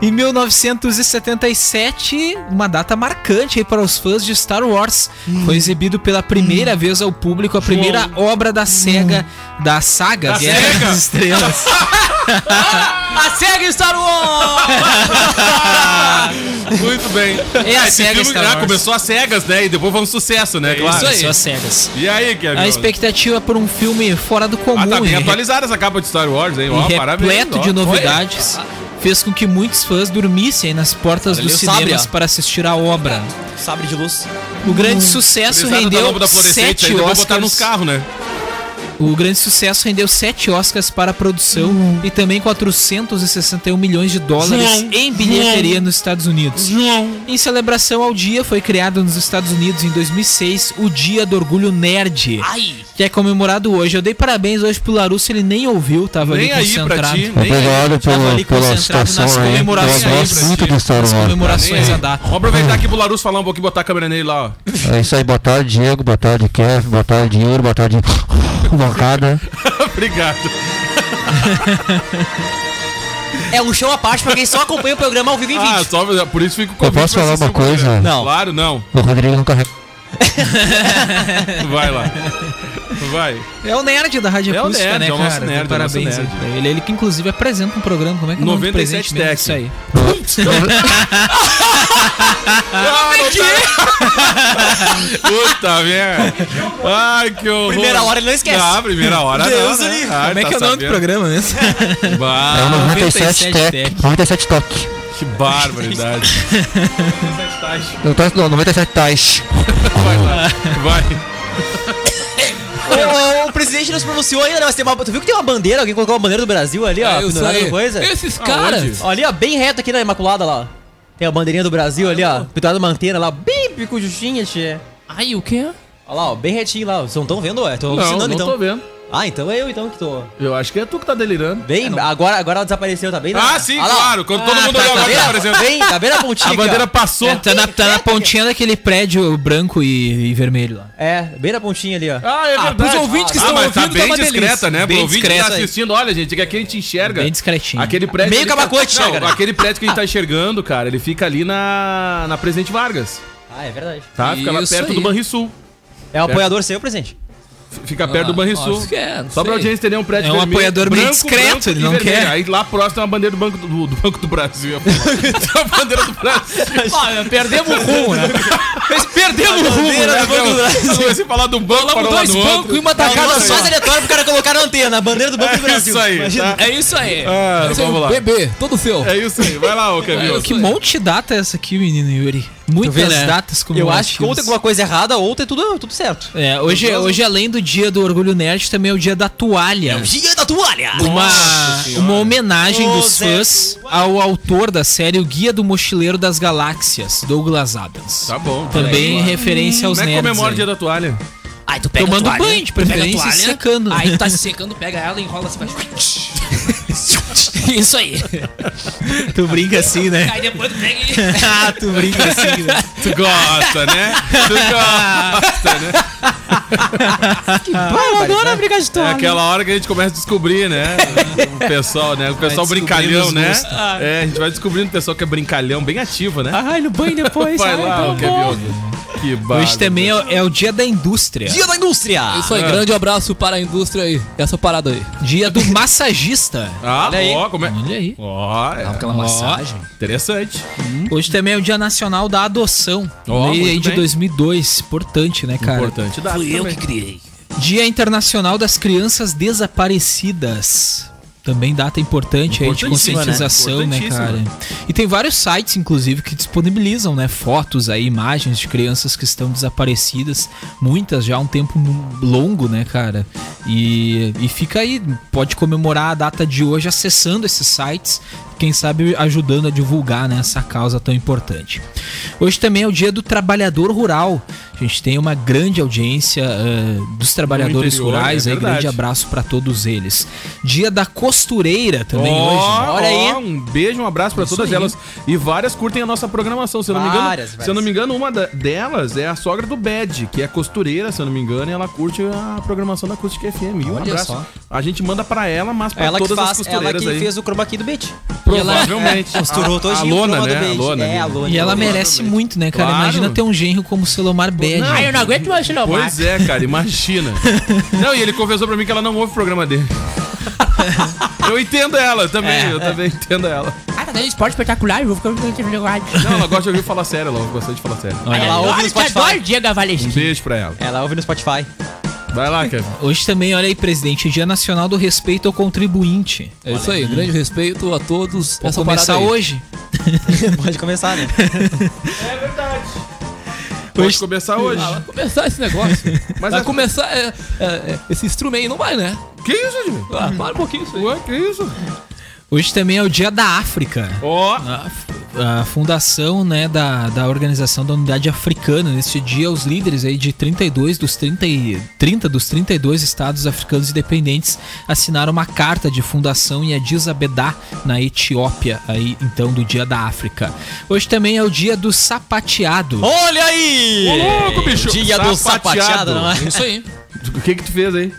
Speaker 6: Em 1977, uma data marcante aí para os fãs de Star Wars,
Speaker 8: Hum.
Speaker 6: foi exibido pela primeira vez ao público a primeira obra da SEGA,
Speaker 8: Hum.
Speaker 6: da saga
Speaker 5: Da
Speaker 6: Guerra
Speaker 5: Sega?
Speaker 6: das Estrelas.
Speaker 8: A SEGA Star Wars!
Speaker 5: Muito bem.
Speaker 6: É a
Speaker 5: Esse
Speaker 6: SEGA
Speaker 5: filme,
Speaker 6: Star
Speaker 5: né,
Speaker 6: Wars.
Speaker 5: começou às cegas, né? E depois foi um sucesso, né? claro.
Speaker 6: Isso aí, suas cegas.
Speaker 5: E aí, Kevin?
Speaker 6: A
Speaker 5: Oswald?
Speaker 6: expectativa por um filme fora do comum
Speaker 5: Ah, tá bem
Speaker 6: e
Speaker 5: atualizada essa capa de Star Wars, hein? Ó,
Speaker 6: e
Speaker 5: parabéns.
Speaker 6: repleto
Speaker 5: ó.
Speaker 6: de
Speaker 5: Foi?
Speaker 6: novidades, fez com que muitos fãs dormissem aí nas portas
Speaker 7: Olha
Speaker 6: dos
Speaker 7: ali o
Speaker 6: cinemas
Speaker 7: sabre, ó.
Speaker 6: para assistir a obra.
Speaker 8: Sabre de luz.
Speaker 6: O grande sucesso
Speaker 5: Prezado da
Speaker 6: rendeu
Speaker 5: Lobo da Florescente, aí
Speaker 6: sete
Speaker 5: depois botar nos
Speaker 6: Oscars.
Speaker 5: carros, né?
Speaker 6: O grande sucesso rendeu sete Oscars para a produção e também 461 milhões de dólares em bilheteria nos Estados Unidos. Em celebração ao dia, foi criado nos Estados Unidos em 2006 o Dia do Orgulho Nerd,
Speaker 7: Ai!
Speaker 6: que é comemorado hoje. Eu dei parabéns hoje pro Larusso, ele nem ouviu, tava
Speaker 5: Nem
Speaker 6: ali
Speaker 5: aí pra
Speaker 6: concentrado.
Speaker 5: ti. Nem aí.
Speaker 6: Tava ali concentrado nas comemorações,
Speaker 5: Eu gosto muito do
Speaker 10: é
Speaker 6: nas comemorações
Speaker 5: Nem
Speaker 6: à
Speaker 5: aí.
Speaker 6: data.
Speaker 5: Vamos aproveitar aqui pro Larus falar um pouquinho, botar a câmera nele lá, ó.
Speaker 10: É isso aí, boa tarde, Diego, boa tarde, Kev, boa tarde, Yuri, boa tarde, bancada.
Speaker 5: Obrigado.
Speaker 8: É um show à parte pra quem só acompanha o programa ao vivo em vídeo.
Speaker 5: Ah, só Ah, por isso fico
Speaker 10: Eu posso falar uma coisa?
Speaker 5: Não. Claro, não.
Speaker 10: O Rodrigo não carrega
Speaker 5: Vai lá. Vai.
Speaker 6: É o nerd da Rádio
Speaker 5: É o
Speaker 6: Acústica,
Speaker 5: nerd,
Speaker 6: né,
Speaker 5: é o
Speaker 6: cara?
Speaker 5: nosso nerd, é o
Speaker 6: Parabéns
Speaker 5: nosso
Speaker 6: aí
Speaker 5: nerd.
Speaker 6: pra ele. Ele que inclusive apresenta um programa, como é que é o nome do
Speaker 5: 97
Speaker 6: presente mesmo? Isso aí.
Speaker 5: Ah, não tá- Puta merda. Ai, que horror.
Speaker 8: Primeira hora ele não esquece.
Speaker 5: Ah, primeira hora
Speaker 8: Deus
Speaker 5: não,
Speaker 8: o
Speaker 5: né?
Speaker 8: livre.
Speaker 5: Ai,
Speaker 6: como é
Speaker 5: tá
Speaker 6: que é o nome do
Speaker 5: sabendo.
Speaker 6: programa mesmo? Ah,
Speaker 5: Bah,
Speaker 10: É o
Speaker 6: 97
Speaker 10: 97
Speaker 6: Tech.
Speaker 10: Tech. 97 Tech.
Speaker 5: que barbaridade.
Speaker 10: Não, tá- não, 97 Tais.
Speaker 5: Vai lá. Vai.
Speaker 8: O, o presidente não se pronunciou ainda, né? Mas tem uma, tu viu que tem uma bandeira? Alguém colocou a bandeira do Brasil ali, ó,
Speaker 7: É, isso
Speaker 8: pendurada
Speaker 7: aí.
Speaker 8: na coisa?
Speaker 7: Esses caras.
Speaker 8: Ó, ali, ó, bem reto aqui na Imaculada, lá, ó. Tem a bandeirinha do Brasil
Speaker 5: Ah,
Speaker 8: ali, ó, pendurada numa antena lá, bem picujuchinha, tchê.
Speaker 7: Ai, o quê?
Speaker 8: Ó lá, ó, bem retinho lá. Vocês não estão vendo, ué? Tô
Speaker 5: Não,
Speaker 8: alucinando,
Speaker 5: não
Speaker 8: então.
Speaker 5: tô vendo.
Speaker 8: Ah, então é eu, então, que tô...
Speaker 5: Eu acho que é tu que tá delirando.
Speaker 8: Bem, agora, agora ela desapareceu, tá bem? na-
Speaker 5: Ah, sim,
Speaker 8: Ó lá, ó.
Speaker 5: claro. Quando todo mundo olhou
Speaker 8: Tá
Speaker 5: agora,
Speaker 8: bem,
Speaker 5: tá
Speaker 8: na-
Speaker 5: aparecendo.
Speaker 8: bem, tá bem na pontinha
Speaker 5: A
Speaker 8: aqui, ó.
Speaker 5: bandeira passou.
Speaker 6: É, tá, na, tá na pontinha daquele prédio branco e, e vermelho lá.
Speaker 8: É, bem na pontinha ali, ó.
Speaker 5: Ah, é verdade.
Speaker 7: pros ouvintes que
Speaker 5: Ah,
Speaker 7: estão
Speaker 5: mas tá
Speaker 7: ouvindo, tá
Speaker 5: bem
Speaker 7: uma delícia.
Speaker 5: discreta, né? Pro
Speaker 7: Bem
Speaker 5: ouvinte que tá
Speaker 7: discreta aí.
Speaker 5: assistindo, olha, gente, é que aqui a gente enxerga.
Speaker 6: Bem discretinho.
Speaker 5: Aquele prédio.
Speaker 8: Meio
Speaker 5: ali
Speaker 8: cabacote,
Speaker 5: tá...
Speaker 8: chega,
Speaker 5: Não,
Speaker 8: né?
Speaker 5: aquele prédio que a gente tá enxergando, cara, ele fica ali na, na Presidente Vargas.
Speaker 8: Ah, é verdade.
Speaker 5: Tá? Fica lá
Speaker 7: Isso
Speaker 5: perto
Speaker 7: aí.
Speaker 5: do Banrisul.
Speaker 8: É um apoiador seu, presidente.
Speaker 5: F- Fica perto do
Speaker 7: ó,
Speaker 5: Banrisul.
Speaker 7: isso que é, não
Speaker 5: Só
Speaker 7: sei.
Speaker 5: pra audiência entender, é um prédio
Speaker 6: É um
Speaker 5: vermelho,
Speaker 6: apoiador meio discreto, ele
Speaker 5: e
Speaker 6: não
Speaker 5: vermelho.
Speaker 6: quer.
Speaker 5: Aí lá próximo tem uma bandeira do Banco do, do Banco do Brasil. eu ia falar. a bandeira do Brasil.
Speaker 7: Ah, perdemos
Speaker 5: um
Speaker 7: o rumo, né? Eles perdemos o rumo, né?
Speaker 5: Eu comecei a falar do banco,
Speaker 7: Falamos
Speaker 5: parou lá
Speaker 7: dois
Speaker 5: no
Speaker 7: bancos
Speaker 5: outro.
Speaker 7: e uma tacada só.
Speaker 8: mais aleatório pro cara colocar na antena, a bandeira do Banco do
Speaker 5: É
Speaker 8: Brasil.
Speaker 5: isso aí,
Speaker 8: Imagina.
Speaker 5: tá?
Speaker 7: É isso aí.
Speaker 5: Ah,
Speaker 7: Esse é
Speaker 5: vamos
Speaker 7: o
Speaker 5: lá.
Speaker 7: Bebê, todo seu.
Speaker 5: É isso aí. Vai lá, ô Camilo.
Speaker 6: Que monte de data é essa aqui, menino Yuri? Muitas
Speaker 8: vê, né?
Speaker 6: datas como
Speaker 8: Eu acho que ou tem alguma coisa errada, ou tem tudo, tudo certo.
Speaker 6: É, hoje, hoje, além do dia do Orgulho Nerd, também é o dia da toalha.
Speaker 8: Dia da toalha!
Speaker 6: uma, uma homenagem
Speaker 8: Ô,
Speaker 6: dos
Speaker 8: Zé
Speaker 6: fãs ao autor da série O Guia do Mochileiro das Galáxias, Douglas Adams.
Speaker 5: Tá bom.
Speaker 6: Também
Speaker 5: Como
Speaker 6: referência aos
Speaker 5: é que
Speaker 6: nerds.
Speaker 5: comemora o
Speaker 6: aí.
Speaker 5: dia da toalha?
Speaker 7: Aí tu pega
Speaker 6: Tomando
Speaker 7: a toalha,
Speaker 6: banho, de
Speaker 7: tu pega a
Speaker 6: preferência,
Speaker 7: toalha,
Speaker 6: e secando, né?
Speaker 7: Aí tu tá se secando, pega ela, enrola assim, faz... Isso aí.
Speaker 6: Tu brinca assim, né?
Speaker 7: Aí depois tu pega e...
Speaker 6: ah, tu brinca assim, né?
Speaker 5: Tu gosta, né? Tu gosta, né?
Speaker 8: Ah, eu adoro brincar de
Speaker 5: É
Speaker 8: toalha.
Speaker 5: aquela hora que a gente começa a descobrir, né? O pessoal, né? O pessoal brincalhão, né?
Speaker 8: Ah.
Speaker 5: É, a gente vai descobrindo o pessoal que é brincalhão, bem ativo, né?
Speaker 8: Ai, no banho depois.
Speaker 5: Vai
Speaker 8: ai,
Speaker 5: lá,
Speaker 8: pelo
Speaker 5: o Kevin. Que barba.
Speaker 6: Hoje também é, é o dia da indústria.
Speaker 8: Dia da indústria! É
Speaker 7: Isso aí, grande abraço para a indústria aí. Essa parada aí.
Speaker 6: Dia do massagista.
Speaker 5: Ah,
Speaker 8: Olha aí.
Speaker 5: ó, como é.
Speaker 6: Olha aí.
Speaker 5: Ó, é.
Speaker 6: Aquela massagem.
Speaker 5: Interessante.
Speaker 6: Hoje também é o Dia Nacional da Adoção.
Speaker 5: Ó,
Speaker 6: Lei aí
Speaker 5: muito
Speaker 6: de
Speaker 5: bem.
Speaker 6: 2002. Importante, né, cara?
Speaker 5: Importante dar. também.
Speaker 7: criei.
Speaker 6: Dia Internacional das Crianças Desaparecidas. Também data importante aí de
Speaker 5: Importantíssima, né?
Speaker 6: conscientização, né, cara?
Speaker 5: Importantíssima.
Speaker 6: E tem vários sites, inclusive, que disponibilizam, né, fotos aí, imagens de crianças que estão desaparecidas, muitas já há um tempo mu- longo, né, cara? E, e fica aí, pode comemorar a data de hoje acessando esses sites, quem sabe ajudando a divulgar, né, essa causa tão importante. Hoje também é o dia do trabalhador rural. A gente tem uma grande audiência eh, dos trabalhadores
Speaker 5: interior,
Speaker 6: rurais,
Speaker 5: é
Speaker 6: aí, grande
Speaker 5: verdade.
Speaker 6: abraço pra todos eles. Dia da costureira também
Speaker 5: Ó,
Speaker 8: né?
Speaker 6: hoje.
Speaker 5: Olha aí. Um beijo, um abraço pra todas elas. E várias curtem a nossa programação. Se eu não me engano,
Speaker 8: Várias,
Speaker 5: se eu não
Speaker 8: várias.
Speaker 5: me engano, uma da- delas é a sogra do Bad, que é costureira, se eu não me engano, e ela curte a programação da Acústica FM. E um
Speaker 8: Olha
Speaker 5: abraço.
Speaker 8: só.
Speaker 5: A gente manda pra ela, mas pra
Speaker 8: Ela que
Speaker 5: todas as
Speaker 8: faz, ela
Speaker 5: costureiras
Speaker 8: que
Speaker 5: aí.
Speaker 8: fez o chroma key do beat.
Speaker 5: Provavelmente.
Speaker 8: Costurou
Speaker 5: a, a
Speaker 8: todinho o
Speaker 5: lona,
Speaker 8: chroma do
Speaker 5: né? A
Speaker 8: beat.
Speaker 5: lona.
Speaker 8: É,
Speaker 5: né?
Speaker 8: a lona.
Speaker 6: E ela
Speaker 8: Lona.
Speaker 6: merece muito, né, cara?
Speaker 5: Claro.
Speaker 6: Imagina ter um genro como o Selomar Bad.
Speaker 5: Não. Ai, eu
Speaker 6: aguento mais Selomar.
Speaker 5: Pois é, cara, imagina. não, e ele confessou pra mim que ela não ouve o programa dele. Eu entendo ela também,
Speaker 8: É.
Speaker 5: eu também entendo ela.
Speaker 7: Ah, tá dando esporte espetacular, eu vou ficar muito ligado.
Speaker 5: Não, ela gosta de ouvir falar sério, ela ouve bastante falar sério.
Speaker 8: Ela ouve no Spotify.
Speaker 7: Diego
Speaker 5: Um beijo pra ela.
Speaker 8: Ela ouve no Spotify.
Speaker 5: Vai lá, Kevin.
Speaker 6: Hoje também, olha aí, presidente, Dia Nacional do Respeito ao Contribuinte.
Speaker 7: É isso aí, grande respeito a todos.
Speaker 6: Vou começar
Speaker 7: parada aí.
Speaker 6: hoje.
Speaker 8: Pode começar, né?
Speaker 5: Pode
Speaker 6: Hoje-
Speaker 5: começar hoje.
Speaker 7: Ah, vai começar esse negócio.
Speaker 5: Mas
Speaker 7: vai
Speaker 5: é-
Speaker 7: começar é, é, é, esse stream aí, não vai, né?
Speaker 5: Que isso, Edmilson?
Speaker 7: Ah, para um pouquinho isso aí.
Speaker 5: Ué, que isso?
Speaker 6: Hoje também é o Dia da África.
Speaker 5: Ó,
Speaker 6: A f- a fundação né, da, da Organização da Unidade Africana. Neste dia, os líderes aí de 32 dos 30, e- 30 dos 32 estados africanos independentes assinaram uma carta de fundação em Addis Abeba, na Etiópia, aí então do Dia da África. Hoje também é o dia do sapateado.
Speaker 7: Oh,
Speaker 8: Olha aí!
Speaker 5: Ô, louco, bicho!
Speaker 7: né?
Speaker 6: Então,
Speaker 8: Dia do sapateado, não é?
Speaker 7: Isso aí.
Speaker 5: o que que tu fez aí?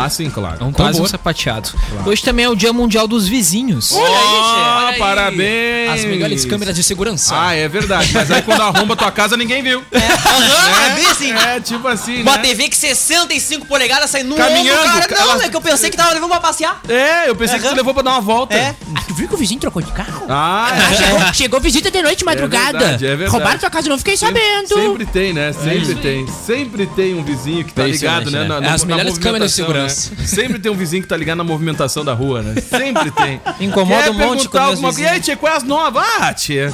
Speaker 5: Ah, sim, claro.
Speaker 7: Então, tá
Speaker 6: Não traz um sapateado. Hoje também é o Dia Mundial dos Vizinhos.
Speaker 5: Ah,
Speaker 7: aí.
Speaker 5: parabéns!
Speaker 7: As melhores câmeras de segurança.
Speaker 5: Ah, é verdade. Mas aí quando arromba tua casa, ninguém viu.
Speaker 7: É
Speaker 8: Aham, vi sim.
Speaker 5: É, tipo assim,
Speaker 8: Né? Uma
Speaker 5: né?
Speaker 8: TV que 65 polegadas sai no
Speaker 5: Caminhando,
Speaker 8: ombro, cara. Não,
Speaker 5: ela-
Speaker 8: é que eu pensei que tava levando pra passear.
Speaker 5: É, eu pensei que você levou pra dar uma volta.
Speaker 8: É.
Speaker 11: Ah, tu viu que o vizinho trocou de carro?
Speaker 5: Ah,
Speaker 11: Ah,
Speaker 5: é.
Speaker 11: chegou, chegou visita de noite, madrugada.
Speaker 5: verdade, é verdade.
Speaker 11: Roubaram tua casa, eu não fiquei
Speaker 5: Sempre,
Speaker 11: sabendo.
Speaker 5: sempre tem,
Speaker 7: É
Speaker 5: né? Sempre tem. Sempre tem um vizinho que tá
Speaker 7: Impressionante,
Speaker 5: ligado, né?
Speaker 7: né? As melhores câmeras de
Speaker 5: movimentação,
Speaker 7: segurança.
Speaker 5: né? Sempre tem um vizinho que tá ligado na movimentação da rua, né? Sempre tem.
Speaker 8: Incomoda
Speaker 5: Quer
Speaker 8: um monte
Speaker 5: perguntar
Speaker 8: quando os
Speaker 5: alguma coisa. E aí, tia, qual é as novas? Ah, tia.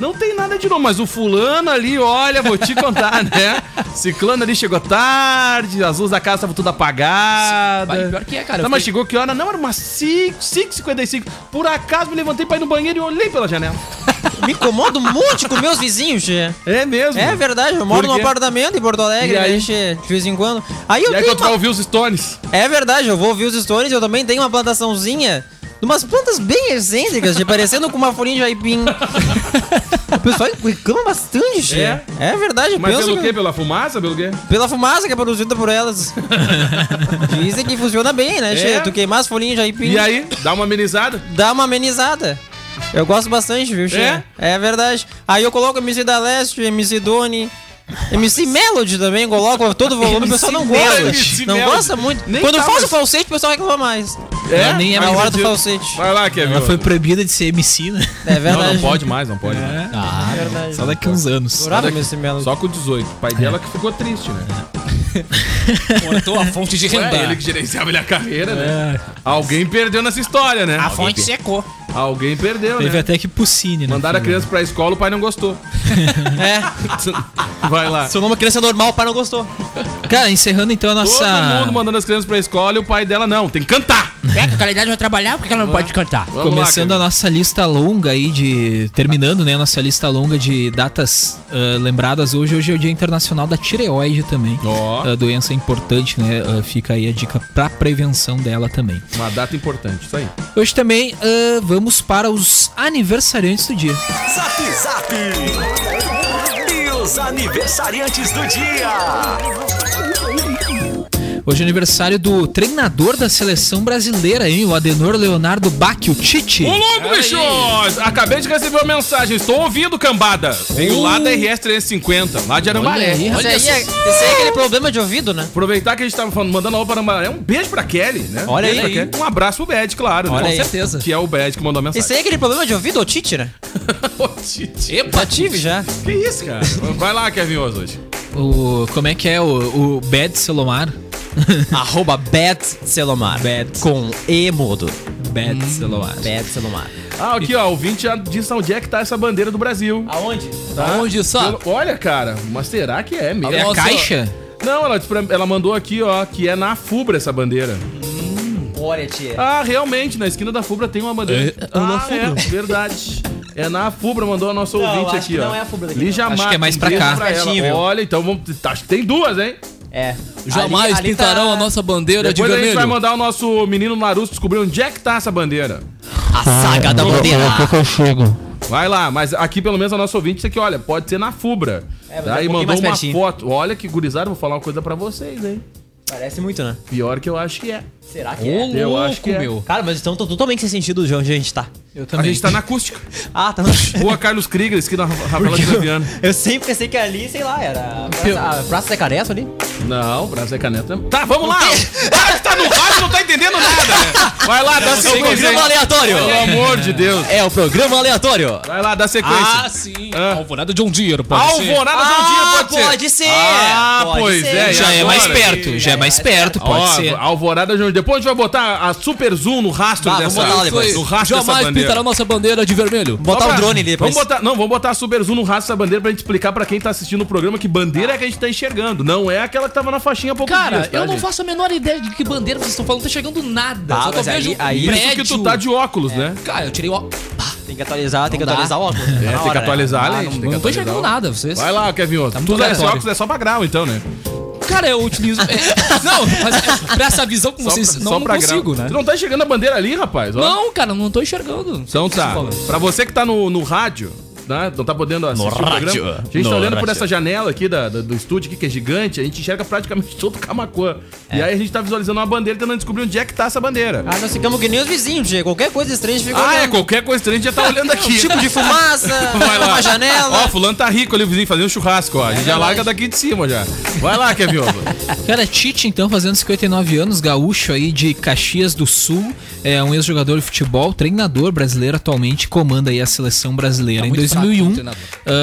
Speaker 5: Não tem nada de novo, mas o fulano ali, olha, vou te contar, né? Ciclano ali chegou tarde, as luzes da casa estavam tudo
Speaker 7: Vai,
Speaker 5: apagadas.
Speaker 7: pior que é, cara.
Speaker 5: Não,
Speaker 7: Eu
Speaker 5: mas
Speaker 7: fiquei-
Speaker 5: chegou que hora? Não, era umas 5, 5h55. Por acaso me levantei pra ir no banheiro e olhei pela janela.
Speaker 8: Me incomoda um monte com meus vizinhos, che.
Speaker 5: É mesmo.
Speaker 8: É verdade, eu moro
Speaker 5: Por
Speaker 8: num
Speaker 5: quê?
Speaker 8: apartamento em Porto Alegre,
Speaker 5: E aí?
Speaker 8: né, che, de vez em quando. Aí eu
Speaker 7: É,
Speaker 5: E aí
Speaker 8: tenho
Speaker 5: quando tu vai
Speaker 8: uma...
Speaker 5: ouvir os stones.
Speaker 8: É verdade, eu vou ouvir os stories, eu também tenho uma plantaçãozinha. de Umas plantas bem excêntricas, che, parecendo com uma folhinha de aipim. o pessoal reclama bastante, che.
Speaker 5: É?
Speaker 8: É, verdade, eu
Speaker 5: Mas
Speaker 8: penso
Speaker 5: pelo
Speaker 8: que-
Speaker 5: quê? Pela fumaça? Pelo quê?
Speaker 8: Pela fumaça que é produzida por elas. Dizem que funciona bem, né, che?
Speaker 5: É?
Speaker 8: Tu queimar as folhinhas de aipim.
Speaker 5: E aí, dá uma amenizada?
Speaker 8: dá uma amenizada. Eu gosto bastante, viu, Che?
Speaker 5: É?
Speaker 8: É? verdade. Aí eu coloco MC da Leste, MC Doni, MC Melody também, coloco todo o volume, o pessoal não
Speaker 5: Melody.
Speaker 8: gosta.
Speaker 5: MC
Speaker 8: Não
Speaker 5: Melody.
Speaker 8: gosta muito.
Speaker 5: Nem
Speaker 8: Quando
Speaker 5: tá,
Speaker 8: faz o
Speaker 5: mas-
Speaker 8: falsete, o pessoal reclama mais.
Speaker 6: Ela nem é
Speaker 8: É a
Speaker 5: Ai,
Speaker 8: hora do
Speaker 5: acredito.
Speaker 8: falsete.
Speaker 5: Vai lá, Kevin.
Speaker 6: Ela foi proibida de ser MC, né?
Speaker 8: É verdade.
Speaker 5: Não, não pode mais, não pode mais.
Speaker 6: Ah, só daqui uns anos.
Speaker 8: Adorava MC Melody.
Speaker 5: Só com 18. O
Speaker 6: É.
Speaker 5: pai dela que ficou triste, né?
Speaker 7: Cortou a fonte de renda.
Speaker 6: É.
Speaker 5: Ué, ele que gerenciava ele a carreira, né? Alguém perdeu nessa história, né?
Speaker 11: A fonte secou.
Speaker 5: Alguém perdeu,
Speaker 6: Teve
Speaker 5: né?
Speaker 6: até que Pucine, né?
Speaker 5: Mandaram a criança pra escola, o pai não gostou.
Speaker 8: É.
Speaker 5: Vai lá.
Speaker 8: Seu nome é criança normal, o pai não gostou.
Speaker 6: Cara, encerrando então a
Speaker 5: Todo
Speaker 6: nossa.
Speaker 5: mundo mandando as crianças pra escola e o pai dela não. Tem que cantar.
Speaker 11: É que a qualidade vai trabalhar, por que ela não pode cantar?
Speaker 5: Vamos lá,
Speaker 6: Começando
Speaker 5: Kevin.
Speaker 6: a nossa lista longa aí de. Terminando, né? A nossa lista longa de datas ah, lembradas hoje. Hoje é o Dia Internacional da Tireoide também.
Speaker 5: Ó.
Speaker 6: A doença é importante, né? Ah, fica aí a dica pra prevenção dela também.
Speaker 5: Uma data importante, isso aí.
Speaker 6: Hoje também ah, vamos para os aniversariantes do dia.
Speaker 9: Zap Zap. E os aniversariantes do dia.
Speaker 6: Hoje é aniversário do treinador da seleção brasileira, hein? O Adenor Leonardo Bacchio Tite.
Speaker 5: Ô, louco, bicho! Acabei de receber uma mensagem. Estou ouvindo, cambada. Venho lá da RS 350, lá de Arambaré.
Speaker 8: Olha aí, é- esse aí é aquele problema de ouvido, né?
Speaker 5: Aproveitar que a gente tava falando, mandando alô para Arambaré. Um beijo pra Kelly, né? Um
Speaker 8: Olha
Speaker 5: beijo
Speaker 8: aí.
Speaker 5: pra Kelly. Um abraço pro Bad, claro.
Speaker 8: Olha
Speaker 5: né?
Speaker 8: aí.
Speaker 5: Que é o Bad que mandou a mensagem.
Speaker 8: Esse aí é aquele problema de ouvido, ô Tite, né?
Speaker 5: Ô, Titi.
Speaker 8: Já tive, já.
Speaker 5: Que isso, cara? Vai lá, Kevin Oswald.
Speaker 6: O, como é que é o, o Bad Selomar?
Speaker 8: Arroba Bet Selomar. Bet. Com E mudo.
Speaker 6: Bad Selomar.
Speaker 8: Bet Selomar.
Speaker 5: Ah, aqui, ó, o ouvinte já disse onde é que tá essa bandeira do Brasil.
Speaker 8: Aonde?
Speaker 5: Tá?
Speaker 7: Onde só?
Speaker 8: Ah.
Speaker 5: Pelo- Olha, cara, mas será que é mesmo?
Speaker 6: É a
Speaker 7: Nossa.
Speaker 6: caixa?
Speaker 5: Não, ela, disse pra- ela mandou aqui, ó, que é na Fubra essa bandeira.
Speaker 8: Olha, tia.
Speaker 5: Ah, realmente, na esquina da Fubra tem uma bandeira.
Speaker 7: É, é
Speaker 5: ah,
Speaker 7: na Fubra.
Speaker 5: é, verdade. É na Fubra, mandou a nossa ouvinte
Speaker 8: acho
Speaker 5: aqui,
Speaker 8: que
Speaker 5: ó.
Speaker 8: não é a Fubra daqui, não.
Speaker 5: Lijamar,
Speaker 6: Acho que é mais
Speaker 5: um
Speaker 6: pra
Speaker 5: beijo
Speaker 6: cá.
Speaker 5: ela.
Speaker 8: Pertinho.
Speaker 5: Olha, então vamos- acho que tem duas, hein?
Speaker 8: É.
Speaker 7: Jamais
Speaker 8: Ali- ali
Speaker 7: pintarão
Speaker 8: tá-
Speaker 7: a nossa bandeira
Speaker 5: Depois
Speaker 7: de
Speaker 5: a gente vai
Speaker 7: vermelho.
Speaker 5: mandar o nosso menino Naruto descobrir onde é que tá essa bandeira.
Speaker 8: A saga da
Speaker 10: Daqui
Speaker 8: bandeira.
Speaker 10: a pouco eu chego.
Speaker 5: Vai lá, mas aqui pelo menos a nossa ouvinte disse que, olha, pode ser na Fubra.
Speaker 8: É, mas é
Speaker 5: Daí
Speaker 8: um pouquinho
Speaker 5: mandou
Speaker 8: mais
Speaker 5: uma
Speaker 8: pertinho.
Speaker 5: foto. Olha que gurizada, vou falar uma coisa pra vocês, hein?
Speaker 8: Parece muito, né?
Speaker 5: Pior que eu acho que é.
Speaker 8: Será que
Speaker 7: Ô,
Speaker 5: Eu
Speaker 7: louco,
Speaker 5: acho que é.
Speaker 7: meu.
Speaker 8: Cara, mas estão tão totalmente sem sentido de onde a gente tá.
Speaker 6: Eu
Speaker 5: A gente tá na acústica.
Speaker 8: Ah, tá.
Speaker 5: Rua Carlos Krieger, esquina da Rafaela de Graviano.
Speaker 8: Eu sempre pensei que ali, sei lá, era a Praça, a praça da Careço ali.
Speaker 5: Não, Brasil é caneta. Tá, vamos lá! Cara, você tá no rádio não tá entendendo nada, né? Vai lá, dá
Speaker 8: É o
Speaker 5: sequência.
Speaker 8: programa
Speaker 5: aí.
Speaker 8: aleatório.
Speaker 5: Pelo amor de Deus.
Speaker 8: É o programa aleatório.
Speaker 5: Vai lá, dá
Speaker 7: Ah,
Speaker 5: sequência.
Speaker 7: sim.
Speaker 5: Ah.
Speaker 7: Alvorada de um dia, pode ser.
Speaker 5: Alvorada de um dia pode ser.
Speaker 8: ser.
Speaker 5: Ah,
Speaker 8: Ah, Pode
Speaker 5: pois
Speaker 8: ser.
Speaker 5: é. e
Speaker 6: Já é
Speaker 5: agora?
Speaker 6: mais perto, já é mais perto, pode
Speaker 5: Ó,
Speaker 6: ser.
Speaker 5: Alvorada de um dia. Depois a gente vai botar a super zoom no rastro
Speaker 8: Tá, vamos
Speaker 5: dessa.
Speaker 8: botar lá depois.
Speaker 5: No rastro dessa
Speaker 7: Jamais
Speaker 5: bandeira.
Speaker 7: pintarão a nossa bandeira de vermelho.
Speaker 8: Botar
Speaker 5: Só
Speaker 8: um
Speaker 5: pra-
Speaker 8: drone ali depois.
Speaker 5: Vamos botar, não, vamos botar a Super Zoom no rastro da bandeira pra gente explicar pra quem tá assistindo o programa que bandeira é que a gente tá enxergando. Não é aquela que tava na faixinha há tá, pouco
Speaker 7: Cara, eu não faço a menor ideia de que bandeira vocês estão falando, não tá chegando nada.
Speaker 8: Ah,
Speaker 7: Só que eu
Speaker 8: mas
Speaker 7: vejo
Speaker 8: aí- aí-
Speaker 7: um
Speaker 5: Isso
Speaker 7: prédio. É.
Speaker 5: que tu tá de óculos, né?
Speaker 7: Cara, eu tirei o...
Speaker 8: Tem que atualizar, tem que
Speaker 7: dá.
Speaker 8: atualizar o óculos.
Speaker 5: É, tem que atualizar a lente. tem que
Speaker 7: Não tô
Speaker 5: atualizar
Speaker 7: enxergando
Speaker 5: o-
Speaker 7: nada, vocês.
Speaker 5: tá Vai lá, Kevin Otto.
Speaker 7: muito
Speaker 5: Tu usa esse
Speaker 7: aleatório.
Speaker 5: óculos é só pra grau, então, né?
Speaker 7: Cara, eu utilizo. é, não, mas é, pra essa visão com
Speaker 5: Só
Speaker 7: vocês,
Speaker 5: pra-
Speaker 7: não,
Speaker 5: só
Speaker 7: não
Speaker 5: pra
Speaker 7: consigo,
Speaker 5: grau.
Speaker 7: né?
Speaker 5: Tu não tá enxergando a bandeira ali, rapaz? ó.
Speaker 7: Não, cara, não tô enxergando.
Speaker 5: Então tá. Pra você que tá no, no rádio, né, não tá podendo assistir
Speaker 7: No
Speaker 5: o programa.
Speaker 7: rádio.
Speaker 5: A gente
Speaker 7: No
Speaker 5: tá olhando por
Speaker 7: rádio.
Speaker 5: essa janela aqui da, da- do estúdio, aqui, que é gigante, a gente enxerga praticamente todo o Camacuã. E aí a gente tá visualizando uma bandeira e tentando descobrir onde é que tá essa bandeira.
Speaker 8: Ah, nós ficamos que nem os vizinhos, Diego. Qualquer coisa estranha, a gente fica
Speaker 5: Ah,
Speaker 8: olhando.
Speaker 5: é, qualquer coisa estranha a gente já tá olhando aqui.
Speaker 8: Tipo de fumaça,
Speaker 5: Vai lá.
Speaker 8: uma janela.
Speaker 5: Ó, fulano tá rico ali, o vizinho fazendo churrasco, ó. A gente já larga daqui de cima já. Vai lá, Kevin Ovo.
Speaker 6: Cara, Tite, então, fazendo 59 anos, gaúcho aí de Caxias do Sul, é um ex-jogador de futebol, treinador brasileiro atualmente, comanda aí a seleção brasileira. em
Speaker 11: Tá muito
Speaker 6: 2001,
Speaker 11: fraco, treinador.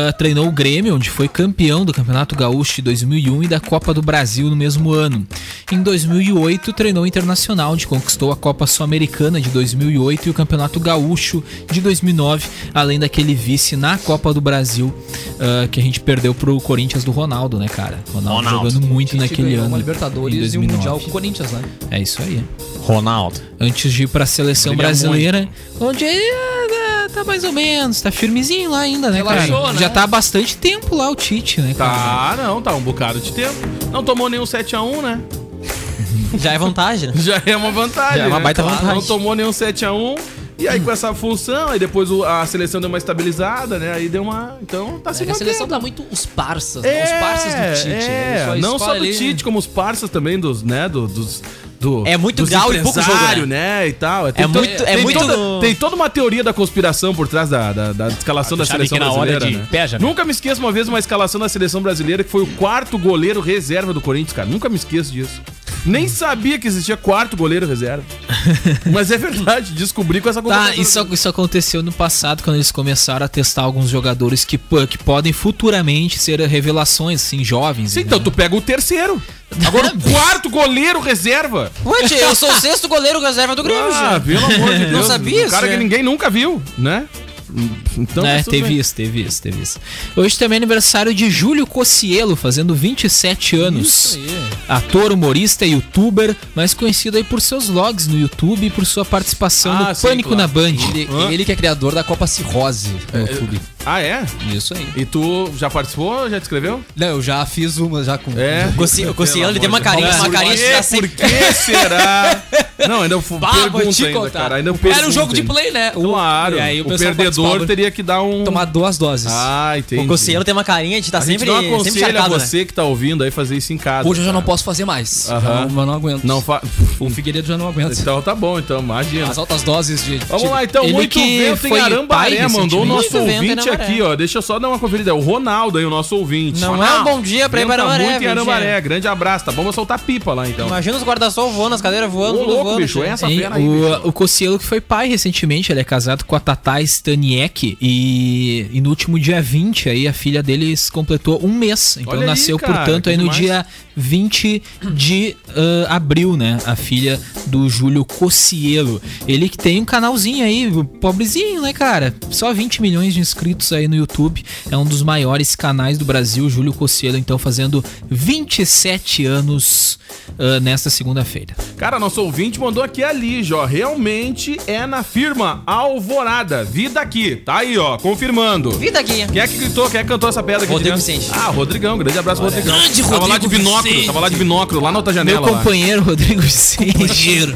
Speaker 6: ah, treinou o Grêmio, onde foi campeão do Campeonato Gaúcho de 2001 e da Copa do Brasil no mesmo ano. Em 2008, treinou o Internacional, onde conquistou a Copa Sul-Americana de 2008 e o Campeonato Gaúcho de 2009, além daquele vice na Copa do Brasil ah, que a gente perdeu pro Corinthians do Ronaldo, né, cara? Ronaldo,
Speaker 11: Ronaldo.
Speaker 6: jogando muito
Speaker 12: Tite
Speaker 6: naquele
Speaker 12: ganhou
Speaker 6: ano.
Speaker 12: Uma
Speaker 6: em
Speaker 12: Libertadores e um
Speaker 6: 2009.
Speaker 12: Mundial com o Corinthians, né?
Speaker 6: É isso aí.
Speaker 8: Ronaldo.
Speaker 6: Antes de ir pra seleção
Speaker 12: Brilha
Speaker 6: brasileira, onde ele ah, tá mais ou menos, tá firmezinho lá ainda, né,
Speaker 5: Relaxou,
Speaker 6: cara?
Speaker 5: né?
Speaker 6: Já tá há bastante tempo lá o Tite, né, cara?
Speaker 5: Tá, não, tá um bocado de tempo. Não tomou nenhum 7x1, né?
Speaker 8: Já é vantagem, né?
Speaker 5: Já é uma vantagem.
Speaker 8: Já é uma
Speaker 5: né?
Speaker 8: baita
Speaker 5: Claro,
Speaker 8: vantagem.
Speaker 5: Não tomou nenhum 7x1. E aí com essa função, aí depois o- a seleção deu uma estabilizada, né? Aí deu uma. Então tá se
Speaker 12: É que a
Speaker 5: mantendo.
Speaker 12: seleção dá muito os parças, né?
Speaker 5: É,
Speaker 12: os parças do Tite. né?
Speaker 5: É,
Speaker 12: Só
Speaker 5: não só
Speaker 12: escolhe
Speaker 5: do
Speaker 12: ali-
Speaker 5: Tite, como os parças também dos, né, do- dos... Do,
Speaker 8: É muito
Speaker 5: dos
Speaker 8: gal e pouco
Speaker 5: empresário,
Speaker 8: jogo,
Speaker 5: né? E tal.
Speaker 8: É muito- é
Speaker 5: tem
Speaker 8: muito-
Speaker 5: Toda, tem toda uma teoria da conspiração por trás da, da, da escalação
Speaker 7: Ah,
Speaker 5: da
Speaker 7: tu sabe
Speaker 5: seleção
Speaker 7: que na hora
Speaker 5: brasileira.
Speaker 7: de
Speaker 5: né?
Speaker 7: pé já, né?
Speaker 5: Nunca me esqueço uma vez uma escalação da seleção brasileira que foi o quarto goleiro reserva do Corinthians, cara. Nunca me esqueço disso. Nem sabia que existia quarto goleiro reserva. Mas é verdade, descobri com essa
Speaker 6: Tá,
Speaker 5: convocação.
Speaker 6: isso, isso aconteceu no passado, quando eles começaram a testar alguns jogadores que, pô, que podem futuramente ser revelações, assim, jovens.
Speaker 5: Sim, então tu pega o terceiro. Agora o quarto goleiro reserva.
Speaker 8: Ué, Diego, eu sou o sexto goleiro reserva do Grêmio,
Speaker 5: Ah,
Speaker 8: Diego.
Speaker 5: pelo amor de Deus.
Speaker 8: Não sabia
Speaker 5: Um cara
Speaker 8: isso,
Speaker 5: que
Speaker 8: né?
Speaker 5: ninguém nunca viu, né? Então,
Speaker 6: é,
Speaker 5: mas tudo
Speaker 6: teve
Speaker 5: bem.
Speaker 6: isso, teve isso, teve isso. Hoje também é aniversário de Júlio Cocielo, fazendo 27 anos. Ator, humorista, youtuber, mas conhecido aí por seus logs no YouTube e por sua participação
Speaker 5: Ah,
Speaker 6: no
Speaker 5: sim,
Speaker 6: Pânico
Speaker 5: claro.
Speaker 6: na Band.
Speaker 12: Ele,
Speaker 5: Hã?
Speaker 12: ele que é criador da Copa Cirrose no YouTube.
Speaker 5: Ah, é?
Speaker 12: Isso aí.
Speaker 5: E tu já participou? Já te escreveu?
Speaker 12: Não, eu já fiz uma já com.
Speaker 5: É.
Speaker 8: O Coci- O Cossiano, ele tem uma carinha, uma carinha de
Speaker 5: É,
Speaker 8: tá sempre...
Speaker 5: Por que será? Não, ainda fui
Speaker 12: Bah, vou
Speaker 5: pergunta
Speaker 12: te
Speaker 5: ainda,
Speaker 12: contar.
Speaker 5: cara. Ainda é
Speaker 12: Era um jogo de
Speaker 5: pergunta
Speaker 12: play, né?
Speaker 5: ainda. Claro.
Speaker 12: E aí o
Speaker 5: o,
Speaker 12: pessoal
Speaker 5: perdedor
Speaker 12: participava.
Speaker 5: teria que dar um...
Speaker 12: Tomar duas doses.
Speaker 5: Ah, entendi.
Speaker 8: O Cossiano tem uma carinha de tá
Speaker 5: a gente
Speaker 8: sempre,
Speaker 5: não
Speaker 8: sempre
Speaker 5: aconselha
Speaker 8: encharcado, né?
Speaker 5: você que tá ouvindo aí fazer isso em casa.
Speaker 12: Hoje eu já não posso fazer mais.
Speaker 5: Aham.
Speaker 12: Eu não- eu não aguento.
Speaker 5: Não fa...
Speaker 12: O Figueiredo já não aguenta.
Speaker 5: Então tá bom, então, imagina.
Speaker 12: As altas doses de. de-
Speaker 5: Vamos lá, então.
Speaker 6: Tipo, Ele
Speaker 5: muito
Speaker 6: que
Speaker 5: vento em
Speaker 6: foi pai
Speaker 5: Arambaré. Mandou o
Speaker 6: recentemente.
Speaker 5: nosso
Speaker 8: Muito vento né, em
Speaker 5: ouvinte aqui, ó. Deixa eu só dar uma conferida. É O Ronaldo aí, o nosso ouvinte.
Speaker 8: Não é um bom dia pra ir para
Speaker 5: Venta
Speaker 8: Arambaré,
Speaker 5: muito em
Speaker 8: viu,
Speaker 5: Arambaré.
Speaker 8: Diego?
Speaker 5: Grande abraço, tá bom? Vou soltar pipa lá, então.
Speaker 8: Imagina os guarda-sol voando, as cadeiras voando,
Speaker 5: Ô,
Speaker 8: tudo
Speaker 5: louco,
Speaker 8: voando.
Speaker 5: bicho. É
Speaker 8: Diego.
Speaker 5: essa
Speaker 6: Hein,
Speaker 5: fera aí, bicho.
Speaker 6: o, o Cossielo que foi pai recentemente, ele é casado com a Tatá Staniek e, e no último dia 20 aí a filha deles completou um mês. Então
Speaker 5: Olha aí,
Speaker 6: nasceu,
Speaker 5: cara,
Speaker 6: portanto,
Speaker 5: que
Speaker 6: aí no
Speaker 5: demais.
Speaker 6: dia 20 de ah, abril, né? A filha do Júlio Cossielo. Ele que tem um canalzinho aí, pobrezinho, né, cara? Só 20 milhões de inscritos aí no YouTube. É um dos maiores canais do Brasil, Júlio Cossielo, então fazendo 27 anos ah, nesta segunda-feira.
Speaker 5: Cara, nosso ouvinte mandou aqui a Lige, ó. Realmente é na firma Alvorada. Vida aqui. Tá aí, ó. Confirmando.
Speaker 8: Vida aqui.
Speaker 5: Quem é que gritou? Quem é que cantou essa pedra aqui?
Speaker 8: Rodrigo
Speaker 5: de dentro?
Speaker 8: Vicente.
Speaker 5: Ah, Rodrigão. Grande abraço, Rodrigão.
Speaker 11: Grande
Speaker 5: tava lá de
Speaker 11: Rodrigo
Speaker 5: binóculo.
Speaker 11: Vicente.
Speaker 5: Tava lá de binóculo, lá na outra janela.
Speaker 6: Meu
Speaker 5: lá.
Speaker 6: companheiro Rodrigo Vicente.
Speaker 11: Dinheiro.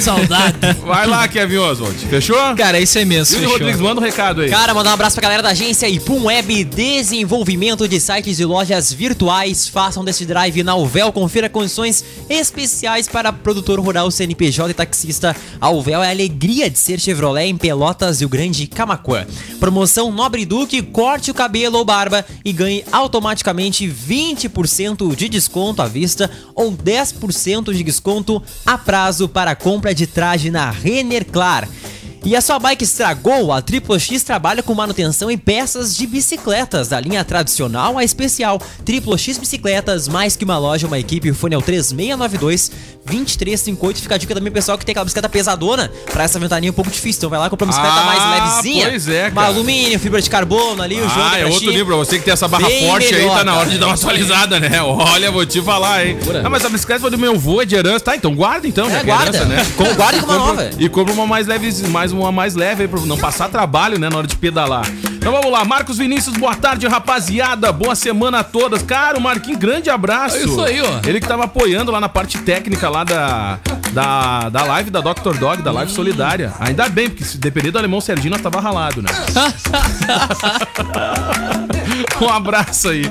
Speaker 11: Saudade.
Speaker 5: Vai lá, Kevin Oswald. Fechou?
Speaker 6: Cara, isso é imenso.
Speaker 5: Júlio
Speaker 6: fechou.
Speaker 5: Rodrigues, manda um recado aí.
Speaker 8: Cara, mandar um abraço pra galera da agência Ipum Web, desenvolvimento de sites e lojas virtuais. Façam desse drive na Uvel, confira condições especiais para produtor rural, CNPJ e taxista. A Uvel é a alegria de ser Chevrolet em Pelotas e o Grande Camacuã. Promoção Nobre Duque, corte o cabelo ou barba e ganhe automaticamente 20% de desconto à vista ou 10% de desconto a prazo para compra de traje na Renner Clar. E a sua bike estragou? A Triplo X trabalha com manutenção e peças de bicicletas, da linha tradicional à especial. Triplo X Bicicletas, mais que uma loja, uma equipe. O fone é o 3692-2358. Fica a dica também, pessoal, que tem aquela bicicleta pesadona. Pra essa ventaninha é um pouco difícil. Então vai lá comprar uma bicicleta
Speaker 5: Ah,
Speaker 8: mais levezinha.
Speaker 5: pois é, cara.
Speaker 8: Uma alumínio, fibra de carbono ali, o jogo.
Speaker 5: Ah, é outro livro. Pra você que tem essa barra
Speaker 8: Bem
Speaker 5: forte aí,
Speaker 8: melhor,
Speaker 5: tá na hora
Speaker 8: cara.
Speaker 5: de dar uma atualizada, né? Olha, vou te falar, hein? Ah, mas a bicicleta foi do meu avô, é de herança. Tá, então guarda então, já
Speaker 8: É,
Speaker 5: que é
Speaker 8: guarda.
Speaker 5: herança, né?
Speaker 8: Com- guarda com uma
Speaker 5: Compra-
Speaker 8: nova.
Speaker 5: E compra uma mais leve, mais uma mais leve aí pra não passar trabalho, né, na hora de pedalar. Então vamos lá, Marcos Vinícius, boa tarde, rapaziada. Boa semana a todas. Cara, o Marquinhos, grande abraço.
Speaker 12: É isso aí, ó.
Speaker 5: Ele que tava apoiando lá na parte técnica lá da, da, da live da Dr. Dog, da live solidária. Ainda bem, porque se depender do alemão Serginho, nós tava ralado, né? Um abraço aí.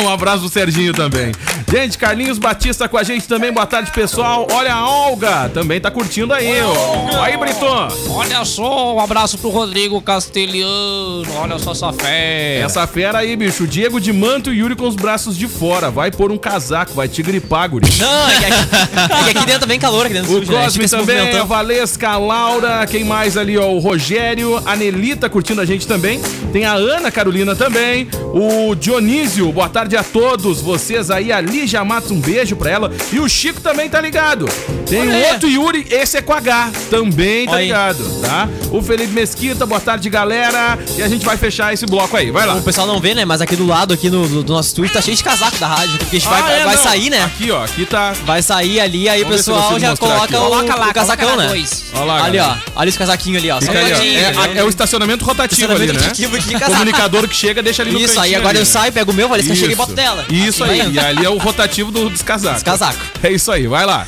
Speaker 5: Um abraço do Serginho também. Gente, Carlinhos Batista com a gente também. Boa tarde, pessoal. Olha a Olga, também tá curtindo aí, ó. Aí, Briton.
Speaker 7: Olha só, um abraço pro Rodrigo Castelhano. Olha só essa fé.
Speaker 5: Essa fera aí, bicho. O Diego de manto e o Yuri com os braços de fora. Vai pôr um casaco, vai te gripar, guri.
Speaker 8: Não, é que aqui, é que aqui dentro também calor, aqui dentro
Speaker 5: O
Speaker 8: tá
Speaker 5: Cosme também, a Valesca, a Laura, quem mais ali, ó? O Rogério, a Nelita curtindo a gente também. Tem a Ana Carolina também. O Dionísio, boa tarde a todos vocês aí. A Lígia Matos, um beijo pra ela. E o Chico também tá ligado. Tem
Speaker 7: Olha
Speaker 5: o
Speaker 7: aí.
Speaker 5: outro Yuri, esse é com H, também tá ligado, tá? O Felipe Mesquita, boa tarde, galera. E a gente vai fechar esse bloco aí, vai lá.
Speaker 8: O pessoal não vê, né? Mas aqui do lado, aqui no, do do nosso estúdio, tá cheio de casaco da rádio. Porque a gente
Speaker 5: Ah,
Speaker 8: vai,
Speaker 5: é,
Speaker 8: vai
Speaker 5: não.
Speaker 8: sair, né?
Speaker 5: Aqui, ó, aqui tá.
Speaker 8: Vai sair ali, aí o
Speaker 5: Vamos ver se eu
Speaker 8: pessoal
Speaker 5: consigo
Speaker 8: já
Speaker 5: mostrar
Speaker 8: coloca,
Speaker 5: aqui,
Speaker 8: o,
Speaker 5: ó. Coloca lá,
Speaker 8: o casacão,
Speaker 5: coloca lá
Speaker 8: né?
Speaker 5: dois. Ó lá,
Speaker 8: ali, ó.
Speaker 5: galera.
Speaker 8: Ali os casaquinhos ali, ó.
Speaker 5: Fica aí, ó.
Speaker 8: Salgadinho,
Speaker 5: É,
Speaker 8: né?
Speaker 5: a- é o estacionamento rotativo ali, né?
Speaker 8: Estacionamento rotativo de
Speaker 5: O
Speaker 8: casaco.
Speaker 5: comunicador que chega, deixa ali no
Speaker 8: Isso, aí
Speaker 5: cantinho
Speaker 8: agora
Speaker 5: ali,
Speaker 8: eu
Speaker 5: né?
Speaker 8: saio, pego o meu, Valesca
Speaker 5: Isso.
Speaker 8: chega e boto dela.
Speaker 5: Isso
Speaker 8: Assim
Speaker 5: aí,
Speaker 8: vai.
Speaker 5: e ali é o rotativo do descasaco.
Speaker 8: Descasaco.
Speaker 5: É isso aí, vai lá.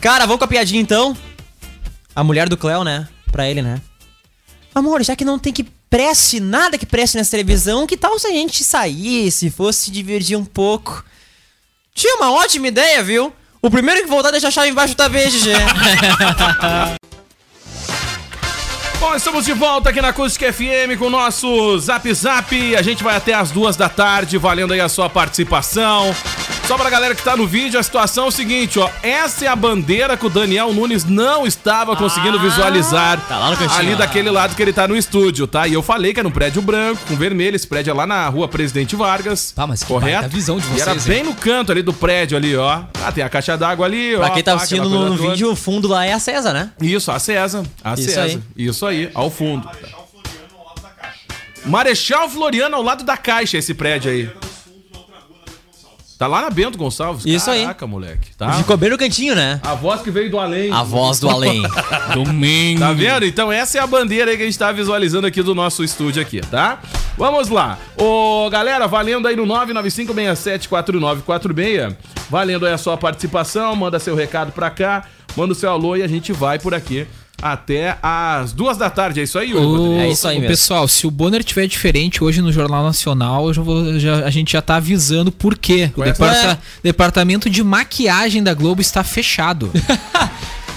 Speaker 8: Cara, vamos com a piadinha então. A mulher do Cléo, né? Pra ele, né? Amor, já que não tem que preste, nada que preste nessa televisão, que tal se a gente saísse, fosse se divertir um pouco? Tinha uma ótima ideia, viu? O primeiro que voltar deixa a chave embaixo da vez, GG.
Speaker 5: Bom, estamos de volta aqui na Acústica FM com o nosso Zap Zap. A gente vai até as duas da tarde, valendo aí a sua participação. Só pra galera que tá no vídeo, a situação é o seguinte, ó. Essa é a bandeira que o Daniel Nunes não estava
Speaker 8: Ah,
Speaker 5: conseguindo visualizar
Speaker 8: tá
Speaker 5: ali daquele lado que ele tá no estúdio, tá? E eu falei que era um prédio branco, com vermelho. Esse prédio é lá na rua Presidente Vargas. Tá, mas correto?
Speaker 12: baita visão de
Speaker 5: E era
Speaker 12: vocês,
Speaker 5: bem no canto ali do prédio ali, ó. Ah, tem a caixa d'água ali, ó.
Speaker 8: pra quem tá
Speaker 5: pá,
Speaker 8: assistindo
Speaker 5: aquela
Speaker 8: no, no
Speaker 5: coisa toda.
Speaker 8: vídeo, o fundo lá é a César, né?
Speaker 5: Isso, a César. A
Speaker 8: Isso
Speaker 5: César.
Speaker 8: aí.
Speaker 5: Isso aí, ao fundo. Marechal Floriano ao lado da caixa, esse prédio aí. Tá lá na Bento Gonçalves.
Speaker 8: Isso aí.
Speaker 5: Caraca, moleque. Tá?
Speaker 8: Ficou bem no cantinho, né?
Speaker 5: A voz que veio do além.
Speaker 8: A voz do além.
Speaker 5: Domingo. Tá vendo? Então essa é a bandeira aí que a gente tá visualizando aqui do nosso estúdio aqui, tá? Vamos lá. Ô, galera, valendo aí no 995674946. Valendo aí a sua participação, manda seu recado pra cá, manda o seu alô e a gente vai por aqui até as duas da tarde. É isso aí, Hugo?
Speaker 6: O-
Speaker 5: Rodrigo?
Speaker 6: o Pessoal, se o Bonner tiver diferente hoje no Jornal Nacional, eu já vou- já- a gente já tá avisando por quê. O
Speaker 5: Qual é?
Speaker 6: departa-
Speaker 5: É.
Speaker 6: departamento de maquiagem da Globo está fechado.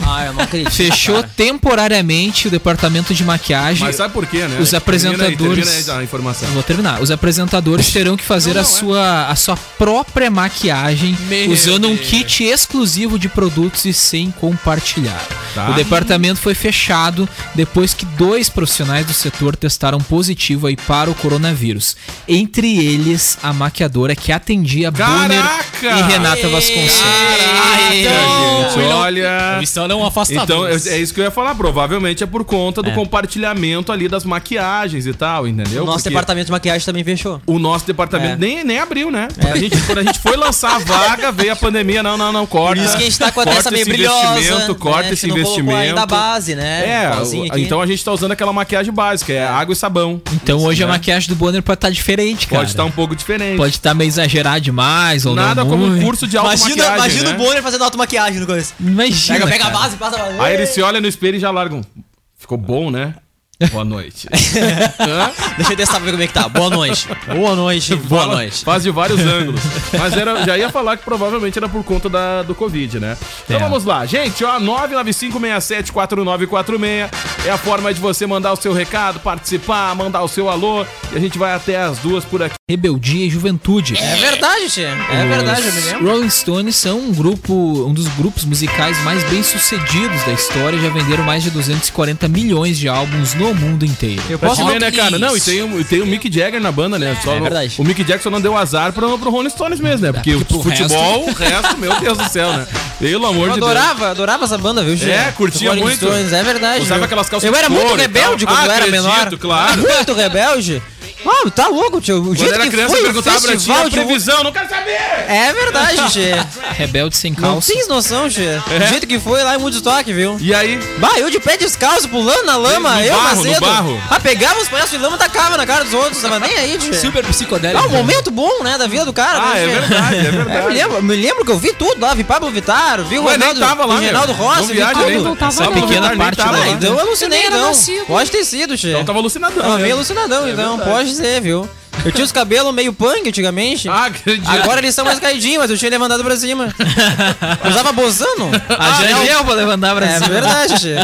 Speaker 8: ah, eu não acredito.
Speaker 6: Fechou
Speaker 8: cara.
Speaker 6: temporariamente o departamento de maquiagem.
Speaker 5: Mas sabe por quê, né? Termina
Speaker 6: Os
Speaker 5: aí,
Speaker 6: apresentadores.
Speaker 5: termina aí a informação.
Speaker 6: Vou terminar. Os apresentadores terão que fazer a, sua, a sua própria maquiagem
Speaker 5: é. Meu
Speaker 6: usando um
Speaker 5: Deus.
Speaker 6: kit exclusivo de produtos e sem compartilhar.
Speaker 5: Tá.
Speaker 6: O departamento foi fechado depois que dois profissionais do setor testaram positivo aí para o coronavírus. Entre eles, a maquiadora que atendia Bonner e Renata Vasconcelos.
Speaker 5: Eita, gente, olha.
Speaker 7: Missão não afastadores.
Speaker 5: Então, eu- é isso que eu ia falar. Provavelmente é por conta do compartilhamento ali das maquiagens e tal, entendeu?
Speaker 8: O nosso
Speaker 5: Porque
Speaker 8: departamento de maquiagem também fechou.
Speaker 5: O nosso departamento
Speaker 8: É.
Speaker 5: nem, nem abriu, né? Quando, a gente, quando a gente foi lançar a vaga, veio a pandemia. Não, não, não, corta.
Speaker 8: Por isso que a gente tá com a
Speaker 5: Corta
Speaker 8: testa meio
Speaker 5: esse
Speaker 8: brilhosa,
Speaker 5: Investimento,
Speaker 8: né?
Speaker 5: Corta
Speaker 8: A gente
Speaker 5: esse
Speaker 8: não colocou
Speaker 5: investimento.
Speaker 8: ainda a base, né?
Speaker 5: É,
Speaker 8: Um pauzinho
Speaker 5: o-
Speaker 8: aqui.
Speaker 5: então a gente tá usando aquela maquiagem básica, é água e sabão.
Speaker 6: Então hoje a
Speaker 5: né?
Speaker 6: maquiagem do Bonner pode estar diferente, cara.
Speaker 5: Pode estar um pouco diferente.
Speaker 6: Pode estar meio exagerada demais ou
Speaker 5: Nada
Speaker 6: não
Speaker 5: como um
Speaker 6: muito.
Speaker 5: curso de
Speaker 8: Imagina,
Speaker 5: automaquiagem,
Speaker 8: imagina
Speaker 5: né?
Speaker 8: o Bonner fazendo automaquiagem no começo.
Speaker 6: Imagina,
Speaker 8: Pega, pega a
Speaker 6: cara.
Speaker 8: base, passa a base.
Speaker 5: Aí ele se olha no espelho e já larga um. Ficou bom, né? Boa noite.
Speaker 8: Deixa eu testar pra ver como é que tá. Boa noite. Boa noite. Boa
Speaker 5: Fala-
Speaker 8: noite.
Speaker 5: Faz de vários ângulos. Mas era, já ia falar que provavelmente era por conta da, do Covid, né? Então
Speaker 6: É.
Speaker 5: vamos lá, gente, ó, 995674946 é a forma de você mandar o seu recado, participar, mandar o seu alô e a gente vai até as duas por aqui.
Speaker 6: Rebeldia e Juventude.
Speaker 8: É verdade, tia. É
Speaker 6: Os
Speaker 8: verdade, eu me lembro.
Speaker 6: Rolling Stones são um grupo, um dos grupos musicais mais bem sucedidos da história, já venderam mais de 240 milhões de álbuns no mundo inteiro.
Speaker 5: Eu posso ver, né, cara? Não, e tem, o- e tem o Mick Jagger na banda, né? Só
Speaker 8: É verdade. É,
Speaker 5: O Mick Jagger só não deu azar pro, pro Rolling Stones mesmo, né? Porque,
Speaker 6: porque
Speaker 5: o
Speaker 6: pro
Speaker 5: futebol,
Speaker 6: resto-
Speaker 5: o resto, meu Deus do céu, né? Pelo amor
Speaker 8: Eu
Speaker 5: de Deus.
Speaker 8: adorava, adorava essa banda, viu, tia?
Speaker 5: É, curtia
Speaker 8: Rolling
Speaker 5: muito.
Speaker 8: Stones, é verdade.
Speaker 5: Usava
Speaker 8: viu?
Speaker 5: aquelas calças
Speaker 8: Eu
Speaker 5: de
Speaker 8: era muito
Speaker 5: couro e
Speaker 8: rebelde
Speaker 5: tal.
Speaker 8: quando
Speaker 5: Ah,
Speaker 8: eu era
Speaker 5: acredito,
Speaker 8: menor.
Speaker 5: claro.
Speaker 8: Muito rebelde. Ah, tá louco, tio. O
Speaker 5: Quando
Speaker 8: jeito
Speaker 5: era
Speaker 8: que
Speaker 5: criança, eu
Speaker 8: foi o
Speaker 5: perguntava pra ti
Speaker 8: festival
Speaker 5: a
Speaker 8: de um-
Speaker 5: previsão, não quero saber!
Speaker 8: É verdade, tio.
Speaker 6: Rebelde sem
Speaker 8: Não
Speaker 6: calça.
Speaker 8: tens noção, tio. Do jeito que foi lá é muito toque, viu?
Speaker 5: E aí?
Speaker 8: Bah, eu de pé descalço, pulando na lama,
Speaker 5: No
Speaker 8: eu
Speaker 5: barro, no
Speaker 8: Macedo.
Speaker 5: barro.
Speaker 8: Ah, pegava os palhaços de lama e tacava na cara dos outros, tava nem aí, tio.
Speaker 12: Super psicodélico.
Speaker 8: Ah, um momento bom, né, da vida do cara.
Speaker 5: Ah,
Speaker 8: né,
Speaker 5: é
Speaker 8: tio?
Speaker 5: verdade, é verdade.
Speaker 8: Eu me lembro, me lembro que eu vi tudo lá, vi Pablo Vittar, vi o
Speaker 5: Ué, nem
Speaker 8: Reinaldo,
Speaker 5: tava lá,
Speaker 8: vi
Speaker 5: meu.
Speaker 8: Reinaldo Rossi,
Speaker 5: Não
Speaker 8: vi
Speaker 5: viaja,
Speaker 8: tudo.
Speaker 5: nem-
Speaker 6: Essa
Speaker 5: Pablo
Speaker 6: pequena
Speaker 5: Vittar nem
Speaker 6: parte
Speaker 5: tava
Speaker 6: lá,
Speaker 5: lá.
Speaker 6: né?
Speaker 8: Então eu alucinei,
Speaker 13: Eu nem era
Speaker 8: então.
Speaker 13: nascido.
Speaker 8: Pode ter sido, tio.
Speaker 5: Então tava alucinadão.
Speaker 8: Tava
Speaker 5: né?
Speaker 8: meio alucinadão, então. Pode ser, viu? Eu tinha os cabelos meio punk antigamente.
Speaker 5: Ah, acredito.
Speaker 8: Agora eles são mais caidinhos, mas eu tinha levantado pra cima. Eu usava bozano?
Speaker 6: A Janiel pra levantar pra
Speaker 8: É
Speaker 6: cima.
Speaker 8: verdade, Gê.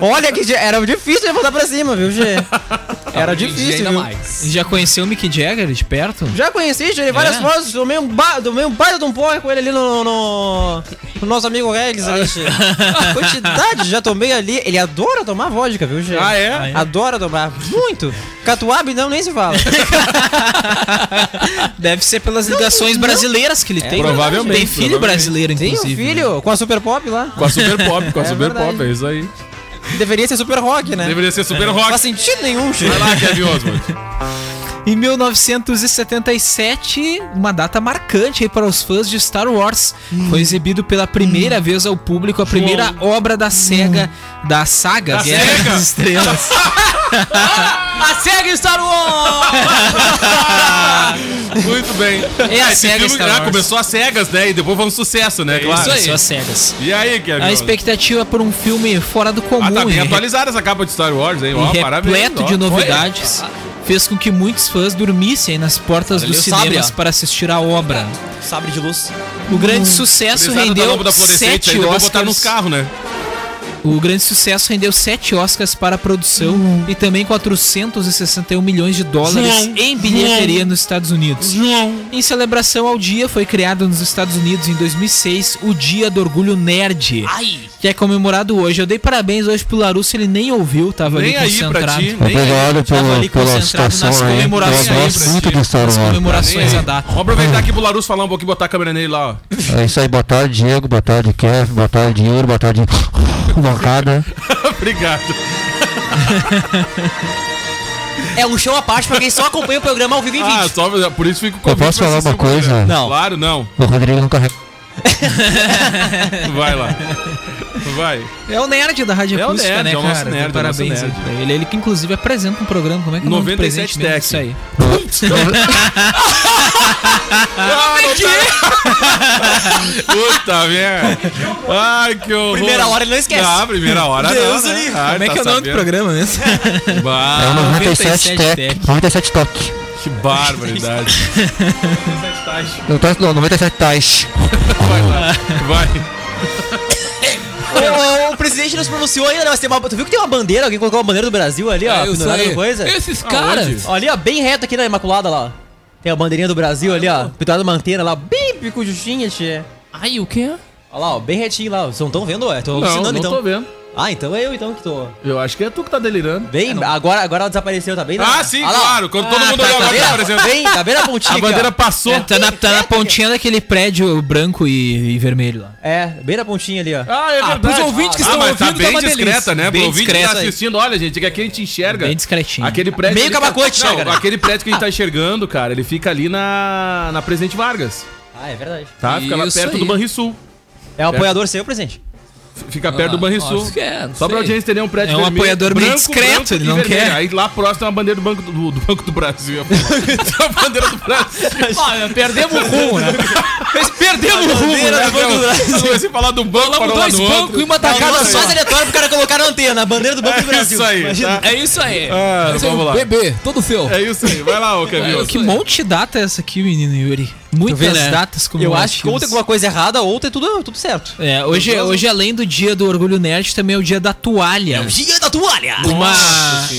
Speaker 8: Olha que di- era difícil levantar pra cima, viu, Gê? Era difícil,
Speaker 12: ainda
Speaker 8: viu?
Speaker 12: mais.
Speaker 6: Já conheceu o Mick Jagger de perto?
Speaker 8: Já conheci, tirei várias
Speaker 6: É?
Speaker 8: fotos, tomei um, ba tomei um baita de um porre com ele ali no, no, no nosso amigo Regis. ali, Gê.
Speaker 6: Ah.
Speaker 8: Quantidade, já tomei ali. Ele adora tomar vodka, viu, Gê?
Speaker 5: Ah, é?
Speaker 8: Adora tomar, muito. Catuaba, então, nem se fala.
Speaker 6: Deve ser pelas ligações brasileiras que ele É, tem.
Speaker 5: provavelmente,
Speaker 6: Tem filho
Speaker 5: provavelmente.
Speaker 6: brasileiro,
Speaker 8: Tem um
Speaker 6: inclusive. né?
Speaker 8: filho com a Super Pop lá.
Speaker 5: Com a Super Pop, com a
Speaker 8: É
Speaker 5: Super
Speaker 8: verdade.
Speaker 5: Pop, é isso aí.
Speaker 8: Deveria ser Super Rock,
Speaker 6: É.
Speaker 8: né?
Speaker 5: Deveria ser Super
Speaker 8: Não
Speaker 5: Rock.
Speaker 8: faz sentido nenhum, Gê.
Speaker 5: Vai lá, Kevin Oswald.
Speaker 6: Em 1977, uma data marcante aí para os fãs de Star Wars,
Speaker 12: Hum.
Speaker 6: foi exibido pela primeira vez ao público a primeira obra da SEGA,
Speaker 12: Hum.
Speaker 6: da saga
Speaker 5: Da
Speaker 6: Guerra
Speaker 5: SEGA.
Speaker 6: das Estrelas.
Speaker 12: Ah, A SEGA Star Wars!
Speaker 5: Muito bem.
Speaker 6: É a
Speaker 5: Esse
Speaker 6: SEGA
Speaker 5: filme,
Speaker 6: Star
Speaker 5: né,
Speaker 6: Wars. É
Speaker 5: começou a cegas, né? E depois foi um sucesso, né? Claro.
Speaker 6: Isso aí. Só cegas.
Speaker 5: E aí, Kevin Oswald?
Speaker 6: A expectativa por um filme fora do comum
Speaker 5: Ah, tá bem
Speaker 6: e
Speaker 5: atualizada essa capa de Star Wars, hein?
Speaker 6: e
Speaker 5: Ó, parabéns.
Speaker 6: um repleto de
Speaker 5: ó.
Speaker 6: novidades, fez com que muitos fãs dormissem nas portas
Speaker 12: Olha
Speaker 6: dos
Speaker 12: ali o sabre,
Speaker 6: cinemas
Speaker 12: ó.
Speaker 6: para assistir a obra.
Speaker 8: Sabre de luz.
Speaker 6: O grande sucesso
Speaker 5: Gurizada tá da Lâmpada
Speaker 6: rendeu
Speaker 5: Fluorescente, aí
Speaker 6: sete
Speaker 5: depois botar nos
Speaker 6: Oscars.
Speaker 5: carros, né?
Speaker 6: O grande sucesso rendeu 7 Oscars para a produção e também 461 milhões de dólares
Speaker 11: João,
Speaker 6: em bilheteria nos Estados Unidos. Em celebração ao dia, foi criado nos Estados Unidos em 2006 o Dia do Orgulho Nerd,
Speaker 11: Ai!
Speaker 6: que é comemorado hoje. Eu dei parabéns hoje pro Larusso, ele nem ouviu, tava
Speaker 5: Nem
Speaker 6: ali
Speaker 5: aí pra
Speaker 6: concentrado.
Speaker 5: ti,
Speaker 10: Mas
Speaker 5: nem aí.
Speaker 10: É Obrigado
Speaker 6: Tava
Speaker 10: pela,
Speaker 6: ali
Speaker 10: pela
Speaker 6: concentrado
Speaker 10: citação
Speaker 6: nas
Speaker 10: aí. Eu
Speaker 6: comemorações.
Speaker 10: gosto muito do Star
Speaker 6: Nas
Speaker 10: Wars.
Speaker 6: comemorações
Speaker 5: Nem
Speaker 6: à
Speaker 5: aí.
Speaker 6: data.
Speaker 5: Vamos aproveitar aqui pro Larus falar um pouquinho, botar a câmera nele lá, ó.
Speaker 10: É isso aí, boa tarde, Diego, boa tarde, Kevin, boa tarde, Yuri, boa tarde, bancada.
Speaker 5: Obrigado.
Speaker 8: É um show à parte pra quem só acompanha o programa ao vivo em
Speaker 5: Ah,
Speaker 8: vídeo.
Speaker 5: só por isso fica o
Speaker 10: Eu
Speaker 5: convite
Speaker 10: posso
Speaker 5: pra
Speaker 10: falar
Speaker 5: assistir
Speaker 10: uma
Speaker 5: o programa.
Speaker 10: coisa?
Speaker 6: Não.
Speaker 5: Claro, não.
Speaker 10: O Rodrigo não carrega.
Speaker 5: Vai lá. Vai.
Speaker 6: É o nerd da Rádio
Speaker 5: É o
Speaker 6: Acústica,
Speaker 5: nerd,
Speaker 6: né,
Speaker 5: é o nosso
Speaker 6: cara?
Speaker 5: nerd, é o nosso
Speaker 6: parabéns
Speaker 5: nerd.
Speaker 6: aí pra ele. Ele que inclusive apresenta um programa, como é que
Speaker 5: Tá
Speaker 6: é o nome do
Speaker 5: 97
Speaker 6: presente mesmo
Speaker 5: Tech.
Speaker 6: disso aí?
Speaker 5: Ah, não tá- Puta merda. Ai, que horror.
Speaker 8: Primeira hora ele não esquece.
Speaker 5: Ah, primeira hora
Speaker 6: Deus
Speaker 5: não,
Speaker 6: o
Speaker 5: né?
Speaker 6: livre.
Speaker 5: Ai,
Speaker 6: Como é
Speaker 5: tá
Speaker 6: que é o nome do
Speaker 5: sabendo.
Speaker 6: programa mesmo?
Speaker 5: Bah,
Speaker 10: É o
Speaker 6: 97
Speaker 10: 97
Speaker 6: Tech.
Speaker 10: Tech. 97 Toque.
Speaker 5: que barbaridade.
Speaker 10: Não, tá- não, 97 Tais.
Speaker 5: Vai lá. Vai.
Speaker 8: O, o presidente nos pronunciou ainda, né? Mas tem uma, tu viu que tem uma bandeira? Alguém colocou uma bandeira do Brasil ali, ó.
Speaker 12: É, eu
Speaker 8: pendurada
Speaker 12: sei.
Speaker 8: no coisa?
Speaker 12: Esses caras.
Speaker 8: Ó, ali, ó, bem reto aqui na Imaculada lá, ó. Tem a bandeirinha do
Speaker 12: Ah,
Speaker 8: Brasil ali, ó. Pendurada numa antena lá, bem picujuchinha, tchê.
Speaker 12: Ai, o quê?
Speaker 8: Ó lá, ó, bem retinho lá. ó. Vocês não estão vendo, é? Tô
Speaker 5: Não,
Speaker 8: alucinando
Speaker 5: não
Speaker 8: então.
Speaker 5: tô vendo.
Speaker 8: Ah, então é eu então que tô.
Speaker 5: Eu acho que é tu que tá delirando.
Speaker 8: Bem, agora, agora ela desapareceu, tá bem?
Speaker 5: Ah, sim,
Speaker 8: Ó lá, ó.
Speaker 5: claro. Quando todo mundo olhou
Speaker 8: Tá
Speaker 5: agora,
Speaker 8: bem,
Speaker 5: tá
Speaker 8: na-
Speaker 5: aparecendo.
Speaker 8: bem, tá bem na
Speaker 5: A
Speaker 8: pontinha aqui,
Speaker 5: bandeira
Speaker 8: ó.
Speaker 5: passou.
Speaker 6: É, tá, na, tá na pontinha daquele prédio branco e, e vermelho lá.
Speaker 8: É, bem na pontinha ali, ó.
Speaker 5: Ah, é
Speaker 12: Ah, pros ouvintes que
Speaker 5: Ah,
Speaker 12: estão
Speaker 5: mas
Speaker 12: ouvindo,
Speaker 5: tá bem
Speaker 12: uma delícia.
Speaker 5: discreta, né?
Speaker 6: Bem
Speaker 5: Pro ouvinte que tá
Speaker 6: discreta.
Speaker 5: assistindo, olha, gente, que aqui a gente enxerga.
Speaker 6: Bem discretinho.
Speaker 5: Aquele prédio.
Speaker 8: Meio
Speaker 5: ali tá-
Speaker 8: cabacote,
Speaker 5: Não,
Speaker 8: chega, né?
Speaker 5: Aquele prédio que a gente
Speaker 12: Ah.
Speaker 5: tá enxergando, cara, ele fica ali na, na Presidente Vargas.
Speaker 8: Ah, é verdade.
Speaker 5: Tá? Fica lá
Speaker 12: Isso
Speaker 5: perto
Speaker 12: aí.
Speaker 5: do Banrisul.
Speaker 8: É um apoiador seu, presidente.
Speaker 5: Fica perto do Banrisul.
Speaker 12: acho que é, não
Speaker 5: Só pra
Speaker 12: sei.
Speaker 5: audiência entender, é um prédio
Speaker 6: É um
Speaker 5: vermelho,
Speaker 6: apoiador bem discreto, ele
Speaker 5: e
Speaker 6: não
Speaker 5: vermelho.
Speaker 6: quer.
Speaker 5: Aí lá próximo tem uma bandeira do Banco do, do banco do Brasil. eu ia falar. a bandeira do Brasil.
Speaker 12: Perdemos o rumo, né? Eles perdemos o rumo, né?
Speaker 5: Eu comecei a falar do banco,
Speaker 12: Falamos
Speaker 5: parou lá
Speaker 12: dois
Speaker 5: no outro.
Speaker 12: bancos e um uma tacada só.
Speaker 8: aleatório pro cara colocar na antena, a bandeira do Banco do
Speaker 5: É isso aí, tá?
Speaker 12: É isso aí.
Speaker 5: Ah,
Speaker 12: Esse é
Speaker 5: vamos
Speaker 12: o
Speaker 5: lá.
Speaker 12: Bebê, todo seu.
Speaker 5: É isso aí. Vai lá, ô Camilo.
Speaker 6: Que monte de data é essa aqui, menino Yuri? Muitas
Speaker 8: vê, né?
Speaker 6: datas como
Speaker 8: Eu acho que ou tem alguma coisa errada ou tem tudo, tudo certo.
Speaker 6: É, hoje, hoje, além do dia do Orgulho Nerd, também é o dia da toalha.
Speaker 8: Dia da toalha!
Speaker 6: uma,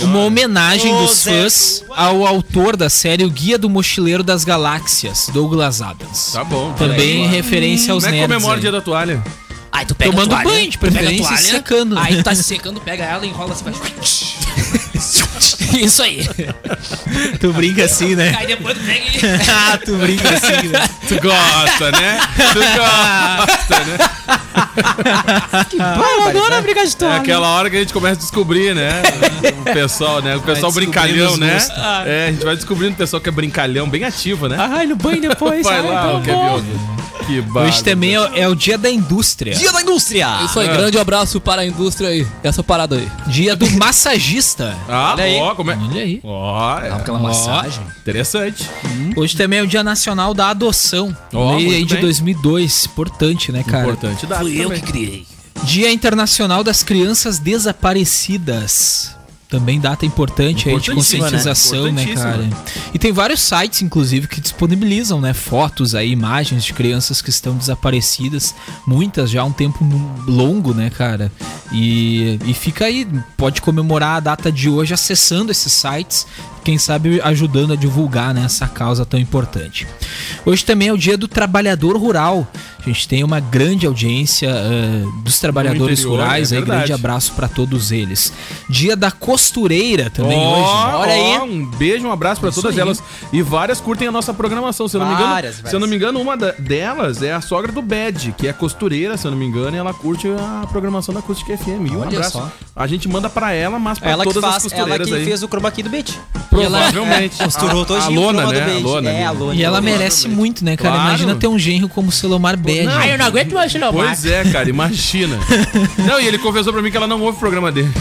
Speaker 6: uma homenagem
Speaker 8: Ô,
Speaker 6: dos
Speaker 8: Zé
Speaker 6: fãs ao autor da série O Guia do Mochileiro das Galáxias, Douglas Adams.
Speaker 5: Tá bom.
Speaker 6: Também
Speaker 5: Como
Speaker 6: referência aos
Speaker 5: é que
Speaker 6: nerds.
Speaker 5: comemora o
Speaker 6: aí.
Speaker 5: dia da toalha?
Speaker 11: Aí tu pega
Speaker 6: Tomando
Speaker 11: a toalha,
Speaker 6: banho, de né?
Speaker 11: pega a
Speaker 6: preferência,
Speaker 3: tá.
Speaker 11: toalha,
Speaker 6: secando.
Speaker 11: Aí tu tá se secando, pega ela, enrola assim, faz...
Speaker 6: Isso aí. tu brinca assim, né?
Speaker 11: Aí depois tu pega e...
Speaker 6: ah, tu brinca assim, né?
Speaker 5: Tu gosta, né? Tu gosta, né?
Speaker 6: Que Maradona brincar de
Speaker 5: É
Speaker 6: toalha.
Speaker 5: aquela hora que a gente começa a descobrir, né? O pessoal, né? O pessoal
Speaker 6: descobrindo
Speaker 5: brincalhão,
Speaker 6: os
Speaker 5: né?
Speaker 6: gostos.
Speaker 5: É, a gente vai descobrindo o pessoal que é brincalhão, bem ativo, né?
Speaker 6: Ai, no banho depois.
Speaker 5: Vai
Speaker 6: ai,
Speaker 5: lá,
Speaker 6: tá
Speaker 5: o Kevin
Speaker 6: bom.
Speaker 5: Oswald. Que
Speaker 6: Hoje
Speaker 5: barba.
Speaker 6: também é, é o dia da indústria.
Speaker 7: Dia
Speaker 8: da indústria!
Speaker 7: Isso aí,
Speaker 6: É.
Speaker 7: grande abraço para a indústria aí. Essa parada aí.
Speaker 6: Dia do massagista.
Speaker 5: Ah,
Speaker 6: Olha aí.
Speaker 5: ó, como é?
Speaker 6: Olha aí.
Speaker 5: Ó, é.
Speaker 6: aquela
Speaker 5: Ó,
Speaker 6: massagem.
Speaker 5: Interessante.
Speaker 6: Hoje também é o Dia Nacional da Adoção.
Speaker 5: Ó,
Speaker 6: Lei
Speaker 5: muito
Speaker 6: aí de
Speaker 5: bem.
Speaker 6: 2002. Importante, né, cara?
Speaker 5: Importante dar
Speaker 11: Fui eu
Speaker 5: também.
Speaker 11: que criei.
Speaker 6: Dia Internacional das Crianças Desaparecidas. Também data importante aí de
Speaker 5: Importantíssima, né?
Speaker 6: conscientização, né, cara?
Speaker 5: Importantíssima.
Speaker 6: E tem vários sites, inclusive, que disponibilizam, né, fotos aí, imagens de crianças que estão desaparecidas, muitas já há um tempo mu- longo, né, cara? E, e fica aí, pode comemorar a data de hoje acessando esses sites, quem sabe ajudando a divulgar, né, essa causa tão importante. Hoje também é o dia do trabalhador rural. A gente tem uma grande audiência eh, dos trabalhadores
Speaker 5: interior,
Speaker 6: rurais,
Speaker 5: é
Speaker 6: aí, grande
Speaker 5: verdade.
Speaker 6: abraço pra todos eles. Dia da costureira também hoje.
Speaker 5: Olha aí. Um beijo, um abraço pra todas elas. E várias curtem a nossa programação. Se eu não me engano,
Speaker 8: Várias,
Speaker 5: Se eu não
Speaker 8: várias.
Speaker 5: me engano uma da- delas é a sogra do Bad, que é costureira, se eu não me engano, e ela curte a programação da Acústica FM. E Um
Speaker 8: Olha
Speaker 5: abraço.
Speaker 8: só.
Speaker 5: A gente manda pra ela, mas pra
Speaker 8: Ela que
Speaker 5: todas as
Speaker 8: faz, ela
Speaker 5: costureiras
Speaker 8: que
Speaker 5: aí.
Speaker 8: fez o chroma key do beat.
Speaker 5: Provavelmente.
Speaker 8: Costurou
Speaker 5: a, a
Speaker 8: todinho o
Speaker 5: lona,
Speaker 8: chroma do
Speaker 5: né? A
Speaker 8: beat.
Speaker 5: lona,
Speaker 8: É,
Speaker 5: né?
Speaker 8: a lona.
Speaker 6: E ela merece muito, né, cara?
Speaker 5: Claro.
Speaker 6: Imagina ter um genro como o Selomar Bede.
Speaker 5: Não. Ai, eu não
Speaker 6: aguento mais Selomar.
Speaker 5: Pois é, cara, imagina. não, e ele confessou pra mim que ela não ouve o programa dele.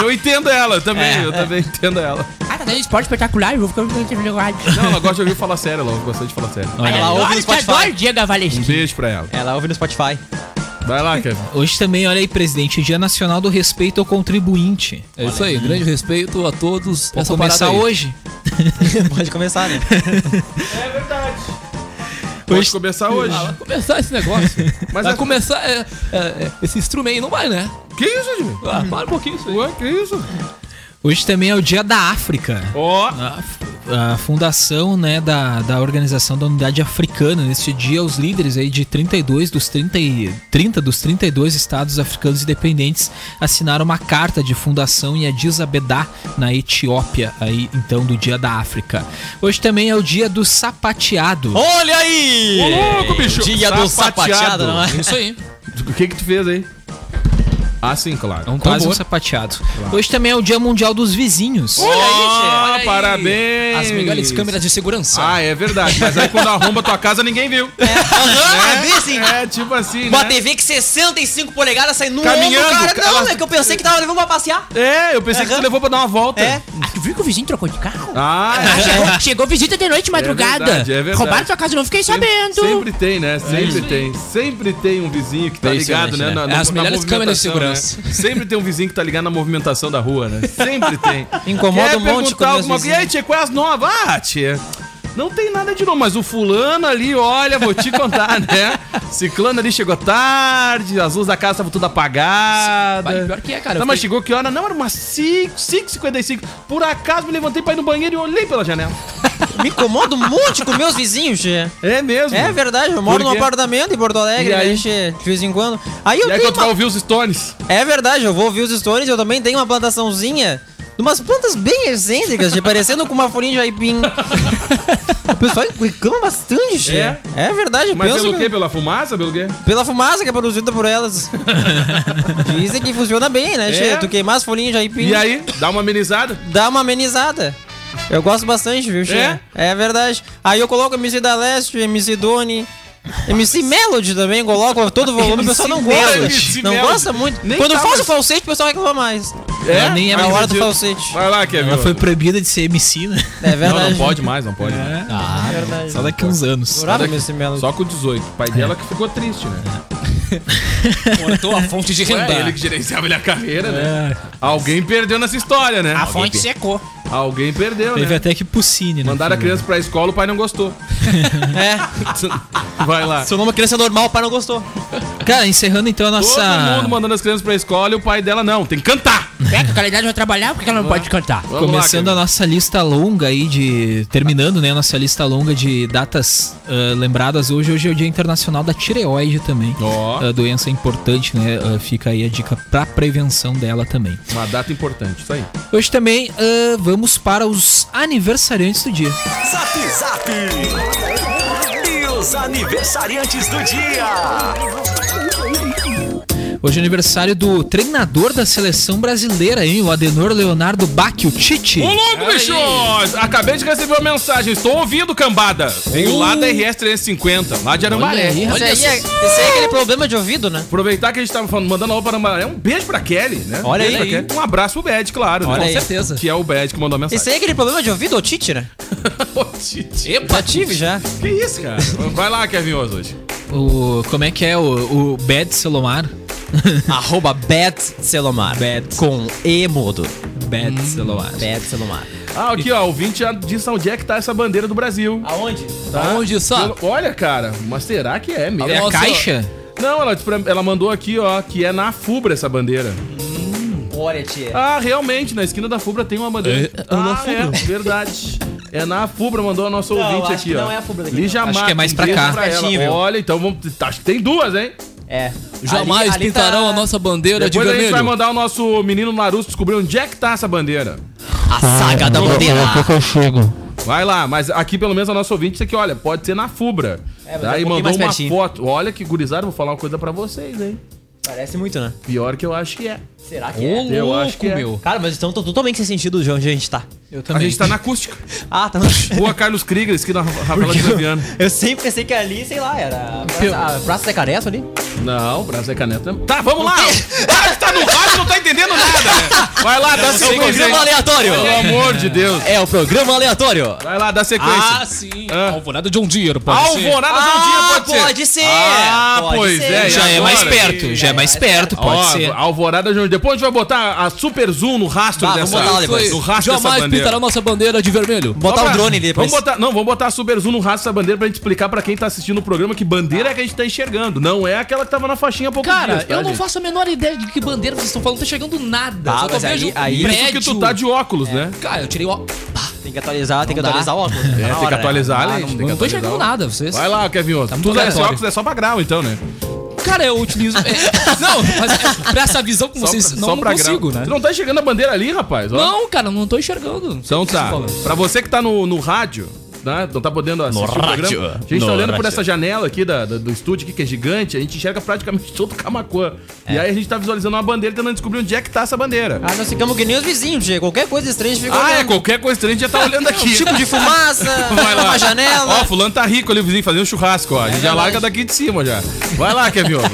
Speaker 5: eu entendo ela também,
Speaker 8: É.
Speaker 5: eu também entendo ela.
Speaker 11: Ah, tá dando esporte espetacular, eu vou ficar muito ligado.
Speaker 5: Não, ela gosta de ouvir falar sério, ela gosta de falar sério.
Speaker 8: Ela ouve
Speaker 11: tá
Speaker 8: no Spotify.
Speaker 11: Adoro Diego
Speaker 5: Um
Speaker 11: Avaleschi.
Speaker 5: beijo pra ela.
Speaker 8: Ela ouve no Spotify.
Speaker 5: Vai lá, Kevin.
Speaker 6: Hoje também, olha aí, presidente, Dia Nacional do Respeito ao Contribuinte.
Speaker 7: É isso aí, grande respeito a todos.
Speaker 6: Vou começar
Speaker 7: parada aí.
Speaker 6: hoje.
Speaker 8: Pode começar, né?
Speaker 5: Pode
Speaker 6: Hoje-
Speaker 5: começar hoje.
Speaker 7: Ah, vai começar esse negócio.
Speaker 5: Mas
Speaker 7: vai
Speaker 5: é-
Speaker 7: começar é, é, é, esse instrumento aí, não vai, né?
Speaker 5: Que isso, Edmilson?
Speaker 7: Ah, para um pouquinho isso aí.
Speaker 5: Ué, que isso?
Speaker 6: Hoje também é o Dia da África.
Speaker 5: Ó,
Speaker 6: A f- a fundação né, da, da Organização da Unidade Africana. Neste dia, os líderes aí de 32 dos 30, e- 30 dos 32 estados africanos independentes assinaram uma carta de fundação em Addis Abeba, na Etiópia, aí então do Dia da África. Hoje também é o Dia do Sapateado.
Speaker 8: Olha aí!
Speaker 5: Ô, louco, bicho!
Speaker 8: Dia do
Speaker 5: É, Sapateado. né?
Speaker 8: sapateado, não é?
Speaker 7: Isso aí.
Speaker 5: o que que tu fez aí? Ah, sim, claro.
Speaker 6: É um quase um sapateado. Hoje também é o Dia Mundial dos Vizinhos.
Speaker 5: Ó,
Speaker 7: Olha aí.
Speaker 5: parabéns!
Speaker 7: As melhores câmeras de segurança.
Speaker 5: Ah, é verdade. Mas aí quando arromba a tua casa, ninguém viu.
Speaker 8: Aham, Ah, vê sim.
Speaker 5: É, tipo assim,
Speaker 8: Uma
Speaker 5: né?
Speaker 8: TV que 65 polegadas sai no
Speaker 5: Caminhando,
Speaker 8: ombro, cara. Não,
Speaker 5: ela-
Speaker 8: é que eu pensei que tava levando pra passear.
Speaker 5: É, eu pensei que
Speaker 8: Aham.
Speaker 5: tu levou pra dar uma volta.
Speaker 8: É.
Speaker 11: Ah, tu viu que o vizinho trocou de carro?
Speaker 5: Ah,
Speaker 11: Ah,
Speaker 5: é.
Speaker 11: chegou, chegou visita de noite, madrugada.
Speaker 5: verdade, é verdade.
Speaker 11: Roubaram tua casa, não fiquei sabendo.
Speaker 5: Sempre tem, né? Sempre tem. Sempre tem um vizinho que tá
Speaker 7: Impressionante,
Speaker 5: ligado, né?
Speaker 7: né? É as melhores câmeras de
Speaker 5: movimentação,
Speaker 7: segurança.
Speaker 5: né? Sempre tem um vizinho que tá ligado na movimentação da rua, né? Sempre tem.
Speaker 8: Incomoda
Speaker 5: Quer
Speaker 8: um monte
Speaker 5: perguntar
Speaker 8: quando meus
Speaker 5: alguma coisa. E aí, tia, qual é as novas? Ah, tia. Não tem nada de novo, mas o fulano ali, olha, vou te contar, né? Ciclano ali chegou tarde, as luzes da casa estavam tudo
Speaker 7: Vai,
Speaker 5: apagadas.
Speaker 7: pior que é, cara.
Speaker 5: Não,
Speaker 7: Eu
Speaker 5: mas
Speaker 7: fiquei-
Speaker 5: chegou que hora? Não, era umas 5, 5h55. Por acaso me levantei pra ir no banheiro e olhei pela janela.
Speaker 8: Me incomoda um monte com meus vizinhos, che.
Speaker 5: É mesmo?
Speaker 8: É verdade, eu
Speaker 5: Por
Speaker 8: moro num
Speaker 5: quê?
Speaker 8: apartamento em Porto
Speaker 5: E
Speaker 8: Alegre,
Speaker 5: aí?
Speaker 8: né, che, de vez em quando. Aí eu
Speaker 5: E aí
Speaker 8: tenho
Speaker 5: quando tu vai
Speaker 8: uma...
Speaker 5: ouvir os stones?
Speaker 8: É verdade, eu vou ouvir os stories, eu também tenho uma plantaçãozinha. de Umas plantas bem excêntricas, che, parecendo com uma folhinha de aipim. o pessoal reclama bastante, che.
Speaker 5: É?
Speaker 8: É, verdade, eu
Speaker 5: Mas
Speaker 8: penso
Speaker 5: pelo
Speaker 8: que-
Speaker 5: quê? Pela fumaça? Pelo quê?
Speaker 8: Pela fumaça que é produzida por elas. Dizem que funciona bem, né, che?
Speaker 5: É?
Speaker 8: Tu queimar as folhinhas de aipim.
Speaker 5: E aí, dá uma amenizada?
Speaker 8: dá uma amenizada. Eu gosto bastante, viu, Che?
Speaker 5: É?
Speaker 8: É? verdade. Aí eu coloco MC da Leste, MC Doni, MC Melody também, coloco todo o volume, o pessoal não gosta.
Speaker 5: Melody.
Speaker 8: não
Speaker 5: Melody.
Speaker 8: gosta muito.
Speaker 5: Nem
Speaker 8: Quando eu
Speaker 5: tava-
Speaker 8: faço falsete, o pessoal reclama mais.
Speaker 6: Ela nem é
Speaker 5: Vai
Speaker 8: Na hora
Speaker 5: lá,
Speaker 8: do
Speaker 5: Gil.
Speaker 8: falsete.
Speaker 5: Vai lá, Kevin.
Speaker 6: Ela foi proibida de ser MC, né?
Speaker 8: É verdade.
Speaker 5: Não, não pode mais, não pode mais.
Speaker 8: É verdade.
Speaker 6: Só daqui uns anos.
Speaker 8: Adorava MC Melody.
Speaker 5: Só com 18. O pai dela que ficou triste, né?
Speaker 7: Cortou a fonte de renda.
Speaker 5: Ué, ele que gerenciava ele a carreira, né? Alguém perdeu nessa história, né?
Speaker 11: A fonte secou.
Speaker 5: Alguém perdeu,
Speaker 6: Teve
Speaker 5: né?
Speaker 6: até que Pucine, né?
Speaker 5: Mandaram a
Speaker 6: filho?
Speaker 5: criança pra escola, o pai não gostou.
Speaker 8: É.
Speaker 5: Vai lá.
Speaker 8: Se eu não uma criança normal, o pai não gostou.
Speaker 6: Cara, encerrando então a
Speaker 5: Todo
Speaker 6: nossa.
Speaker 5: mundo mandando as crianças pra escola e o pai dela não, tem que cantar.
Speaker 11: É, que a qualidade vai trabalhar, por que ela não pode cantar?
Speaker 6: Começando a nossa lista longa aí de. Terminando, né? a Nossa lista longa de datas ah, lembradas hoje. Hoje é o Dia Internacional da Tireoide também. A doença importante, né? Ah, fica aí a dica pra prevenção dela também.
Speaker 5: Uma data importante, isso aí.
Speaker 6: Hoje também ah, vamos para os aniversariantes do dia.
Speaker 9: Zap Zap! E os aniversariantes do dia!
Speaker 6: Hoje é aniversário do treinador da seleção brasileira, hein? O Adenor Leonardo Bacchio Tite.
Speaker 5: Ô, louco, bicho! Acabei de receber uma mensagem. Estou ouvindo, cambada. Venho lá da RS 350, lá de Arambaré.
Speaker 12: aí,
Speaker 5: Olha
Speaker 12: rapaz.
Speaker 5: só.
Speaker 12: Esse aí é- esse aí é aquele
Speaker 6: problema de ouvido, né?
Speaker 5: Aproveitar que a gente tava falando, mandando aula para Arambaré. Um beijo pra Kelly, né? Um
Speaker 12: Olha
Speaker 5: beijo
Speaker 12: aí.
Speaker 5: pra Kelly. Um abraço pro Bad, claro.
Speaker 12: Olha aí.
Speaker 5: Que é o Bad que mandou a mensagem.
Speaker 12: Esse aí é aquele problema de ouvido, ô Tite, né?
Speaker 5: Epa,
Speaker 12: tive já.
Speaker 5: Que isso, cara? Vai lá, Kevin Oz, hoje.
Speaker 6: O, como é que é o, o Bad Selomar?
Speaker 8: Arroba Bad Selomar. Com E mudo. Bad Selomar. Bad Selomar.
Speaker 5: Ah, aqui, ó, o 20 já disse onde é que tá essa bandeira do Brasil.
Speaker 8: Aonde?
Speaker 5: Tá?
Speaker 8: Aonde,
Speaker 12: Ah.
Speaker 8: só?
Speaker 5: Pelo- Olha, cara, mas será que é mesmo?
Speaker 6: É a Alô, caixa?
Speaker 5: Não, ela, disse pra- ela mandou aqui, ó, que é na FUBRA essa bandeira.
Speaker 8: Olha, tia.
Speaker 5: Ah, realmente, na esquina da FUBRA tem uma bandeira.
Speaker 8: É, é na
Speaker 5: ah, é,
Speaker 8: FUBRA.
Speaker 5: verdade. É na FUBRA, mandou a nossa
Speaker 8: Não,
Speaker 5: ouvinte
Speaker 8: acho
Speaker 5: aqui,
Speaker 8: que
Speaker 5: ó.
Speaker 8: não é a FUBRA daqui,
Speaker 5: Lígia
Speaker 8: não. Acho
Speaker 5: Matos,
Speaker 8: que é mais
Speaker 5: um
Speaker 8: pra
Speaker 5: beijo
Speaker 8: cá.
Speaker 5: ela.
Speaker 8: Compatível.
Speaker 5: Olha, então vamos. Acho que tem duas, hein?
Speaker 8: É.
Speaker 7: Jamais
Speaker 5: Ali- ali tá-
Speaker 7: pintarão a nossa bandeira
Speaker 5: Depois
Speaker 7: de
Speaker 5: a gente vai
Speaker 7: vermelho.
Speaker 5: mandar o nosso menino Larusso descobrir onde é que tá essa bandeira.
Speaker 7: A
Speaker 10: Ah, daqui- Daqui a pouco eu chego.
Speaker 5: Vai lá, mas aqui pelo menos a nossa ouvinte, isso aqui, olha, pode ser na FUBRA.
Speaker 8: É, mas é
Speaker 5: Daí
Speaker 8: um pouquinho
Speaker 5: mandou
Speaker 8: mais
Speaker 5: uma
Speaker 8: pertinho.
Speaker 5: foto. Olha que gurizada, vou falar uma coisa pra vocês, hein?
Speaker 8: Parece muito, né?
Speaker 5: Pior que eu acho que é.
Speaker 8: Será
Speaker 5: que é? Eu acho que é.
Speaker 8: Cara, mas então tô totalmente sem sentido de onde a gente tá. Eu
Speaker 5: A gente tá na acústica.
Speaker 8: ah, tá.
Speaker 5: Rua Carlos Krieger, esquina da Rafaela de Graviano.
Speaker 8: Eu sempre pensei que ali, sei lá, era a
Speaker 5: Eu-
Speaker 8: Praça, a praça da Careça ali.
Speaker 5: Não, Brasil é caneta. Tá, vamos lá! Para que tá no rádio, não tá entendendo nada, né? Vai lá, dá
Speaker 8: É o
Speaker 5: sequência.
Speaker 8: programa
Speaker 5: aí.
Speaker 8: aleatório.
Speaker 5: Pelo amor de Deus.
Speaker 8: É o programa aleatório.
Speaker 5: Vai lá, dá sequência.
Speaker 7: Ah, sim. Alvorada de um dia, pode ser.
Speaker 5: Alvorada de um dia, pode ser.
Speaker 8: pode ser.
Speaker 5: Ah,
Speaker 8: Pode
Speaker 5: pois
Speaker 8: ser.
Speaker 5: é. e
Speaker 6: Já é
Speaker 5: agora?
Speaker 6: mais perto, já é mais perto, pode
Speaker 5: Ó,
Speaker 6: ser.
Speaker 5: Alvorada de um dia. Depois a gente vai botar a super zoom no rastro
Speaker 7: Ah,
Speaker 5: dessa...
Speaker 7: vamos botar ali,
Speaker 5: no
Speaker 7: mas-
Speaker 5: rastro dessa
Speaker 7: Jamais
Speaker 5: bandeira.
Speaker 7: pintarão nossa bandeira de vermelho.
Speaker 5: Só pra- Vamos botar, não, vamos botar a Super Zoom no rastro dessa bandeira pra gente explicar pra quem tá assistindo o programa que bandeira é que a gente tá enxergando. Não é aquela que tava na faixinha há pouco tá,
Speaker 7: Cara, eu não faço a menor ideia de que bandeira vocês estão falando, não tá chegando nada. Só
Speaker 8: Ah,
Speaker 7: que eu
Speaker 8: mas aí-
Speaker 7: vejo
Speaker 8: aí-
Speaker 5: Por isso que tu tá de óculos, né?
Speaker 7: Cara, eu tirei o óculos.
Speaker 8: Tem que atualizar, tem que
Speaker 7: dá.
Speaker 8: atualizar o óculos. né?
Speaker 5: É, tem que atualizar a lente.
Speaker 7: né? Ah, Não tô enxergando nada, vocês.
Speaker 5: Vai lá, Kevin Osso.
Speaker 7: muito
Speaker 5: Tudo é só,
Speaker 7: aleatório.
Speaker 5: óculos, é só pra grau, então, né?
Speaker 7: Cara, eu utilizo. é, não, mas é, pra essa visão que
Speaker 5: Só
Speaker 7: vocês.
Speaker 5: pra-
Speaker 7: não,
Speaker 5: só
Speaker 7: não
Speaker 5: pra
Speaker 7: consigo,
Speaker 5: grau.
Speaker 7: né?
Speaker 5: Tu não tá enxergando a bandeira ali, rapaz? ó.
Speaker 7: Não, cara, não tô enxergando.
Speaker 5: Então tá. Pra você que tá no, no rádio, né? Não tá podendo assistir o
Speaker 7: rádio.
Speaker 5: programa. A gente
Speaker 7: No
Speaker 5: tá olhando por
Speaker 7: rádio.
Speaker 5: essa janela aqui da, da- do estúdio aqui, que é gigante, a gente enxerga praticamente todo o Camacuã.
Speaker 7: É.
Speaker 5: E aí a gente tá visualizando uma bandeira tentando descobrir onde é que tá essa bandeira.
Speaker 8: Ah, nós ficamos que nem os vizinhos, Diego. Qualquer coisa estranha a gente fica
Speaker 5: Ah, é,
Speaker 8: olhando.
Speaker 5: qualquer coisa estranha a gente já tá
Speaker 7: É um
Speaker 5: olhando aqui.
Speaker 8: Tipo de fumaça,
Speaker 5: Vai lá.
Speaker 8: uma janela.
Speaker 5: Ó, fulano tá rico ali, o vizinho, fazendo churrasco, ó. A
Speaker 7: É
Speaker 5: gente já larga daqui de cima já. Vai lá, Kevin Osso.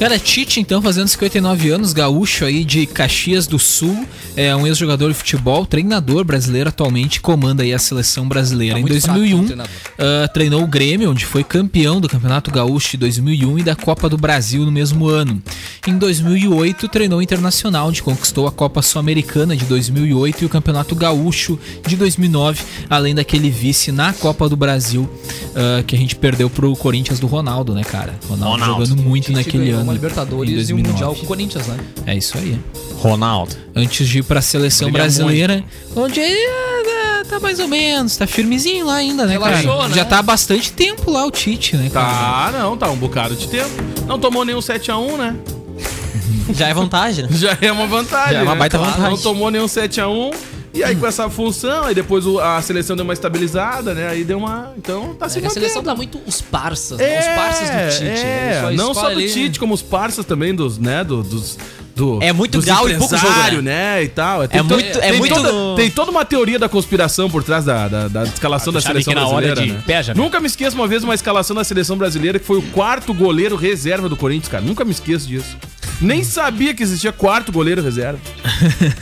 Speaker 6: Cara, Tite, então, fazendo 59 anos, gaúcho aí de Caxias do Sul, é um ex-jogador de futebol, treinador brasileiro atualmente, comanda aí a seleção brasileira. em 2001, ah, treinou o Grêmio, onde foi campeão do Campeonato Gaúcho de 2001 e da Copa do Brasil no mesmo ano. Em 2008, treinou o Internacional, onde conquistou a Copa Sul-Americana de 2008 e o Campeonato Gaúcho de 2009, além daquele vice na Copa do Brasil ah, que a gente perdeu pro Corinthians do Ronaldo, né, cara? Ronaldo,
Speaker 7: Ronaldo.
Speaker 6: jogando muito
Speaker 7: Tite
Speaker 6: naquele
Speaker 7: ganhou
Speaker 6: ano.
Speaker 7: uma
Speaker 6: em
Speaker 7: Libertadores e um
Speaker 6: 2009.
Speaker 7: Mundial com o Corinthians, né?
Speaker 6: É isso aí.
Speaker 8: Ronaldo.
Speaker 6: Antes de ir pra seleção
Speaker 7: Brilha
Speaker 6: brasileira, onde aí ah, ah, tá mais ou menos, tá firmezinho lá ainda, né,
Speaker 5: Relaxou,
Speaker 6: cara?
Speaker 5: né?
Speaker 6: Já tá há bastante tempo lá o Tite, né, cara?
Speaker 5: Tá, não, tá um bocado de tempo. Não tomou nenhum 7x1, né?
Speaker 8: Já é vantagem, né?
Speaker 5: Já é uma vantagem.
Speaker 8: Já é uma
Speaker 5: né?
Speaker 8: baita
Speaker 5: Claro,
Speaker 8: vantagem.
Speaker 5: Não tomou nenhum 7x1. E aí com essa função, aí depois o- a seleção deu uma estabilizada, né? Aí deu uma. Então tá se
Speaker 7: É que a seleção
Speaker 5: mantendo.
Speaker 7: dá muito os parças, né?
Speaker 5: É,
Speaker 7: os parças do Tite. né?
Speaker 5: É,
Speaker 7: Só
Speaker 5: não só
Speaker 7: escolhe
Speaker 5: do
Speaker 7: ali-
Speaker 5: Tite, como os parças também dos, né? do- dos. Do,
Speaker 8: É muito
Speaker 5: dos
Speaker 8: grau e pouco jogo,
Speaker 5: empresário, né? E tal. Tem to-
Speaker 8: muito- é
Speaker 5: tem
Speaker 8: muito-
Speaker 5: Toda, tem toda uma teoria da conspiração por trás da, da, da escalação
Speaker 7: Ah,
Speaker 5: da
Speaker 7: tu sabe
Speaker 5: seleção
Speaker 7: que na hora
Speaker 5: brasileira.
Speaker 7: de
Speaker 5: né?
Speaker 7: pé já, né?
Speaker 5: Nunca me esqueço uma vez uma escalação da seleção brasileira que foi o quarto goleiro reserva do Corinthians, cara. Nunca me esqueço disso. Nem sabia que existia quarto goleiro reserva.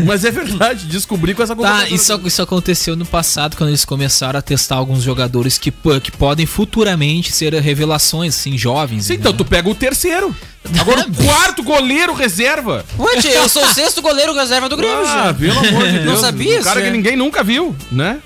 Speaker 5: Mas é verdade, descobri com essa
Speaker 6: Tá,
Speaker 5: convocatória.
Speaker 6: isso, isso aconteceu no passado, quando eles começaram a testar alguns jogadores que, po- que podem futuramente ser revelações, assim, jovens.
Speaker 5: Sim, então tu pega o terceiro. Agora o quarto goleiro reserva.
Speaker 8: Ué, tia, eu sou o sexto goleiro reserva do Grêmio,
Speaker 5: Ah,
Speaker 8: gente.
Speaker 5: pelo amor de
Speaker 8: Não
Speaker 5: Deus.
Speaker 8: sabia
Speaker 5: Um cara
Speaker 8: isso,
Speaker 5: que
Speaker 8: é.
Speaker 5: ninguém nunca viu, né?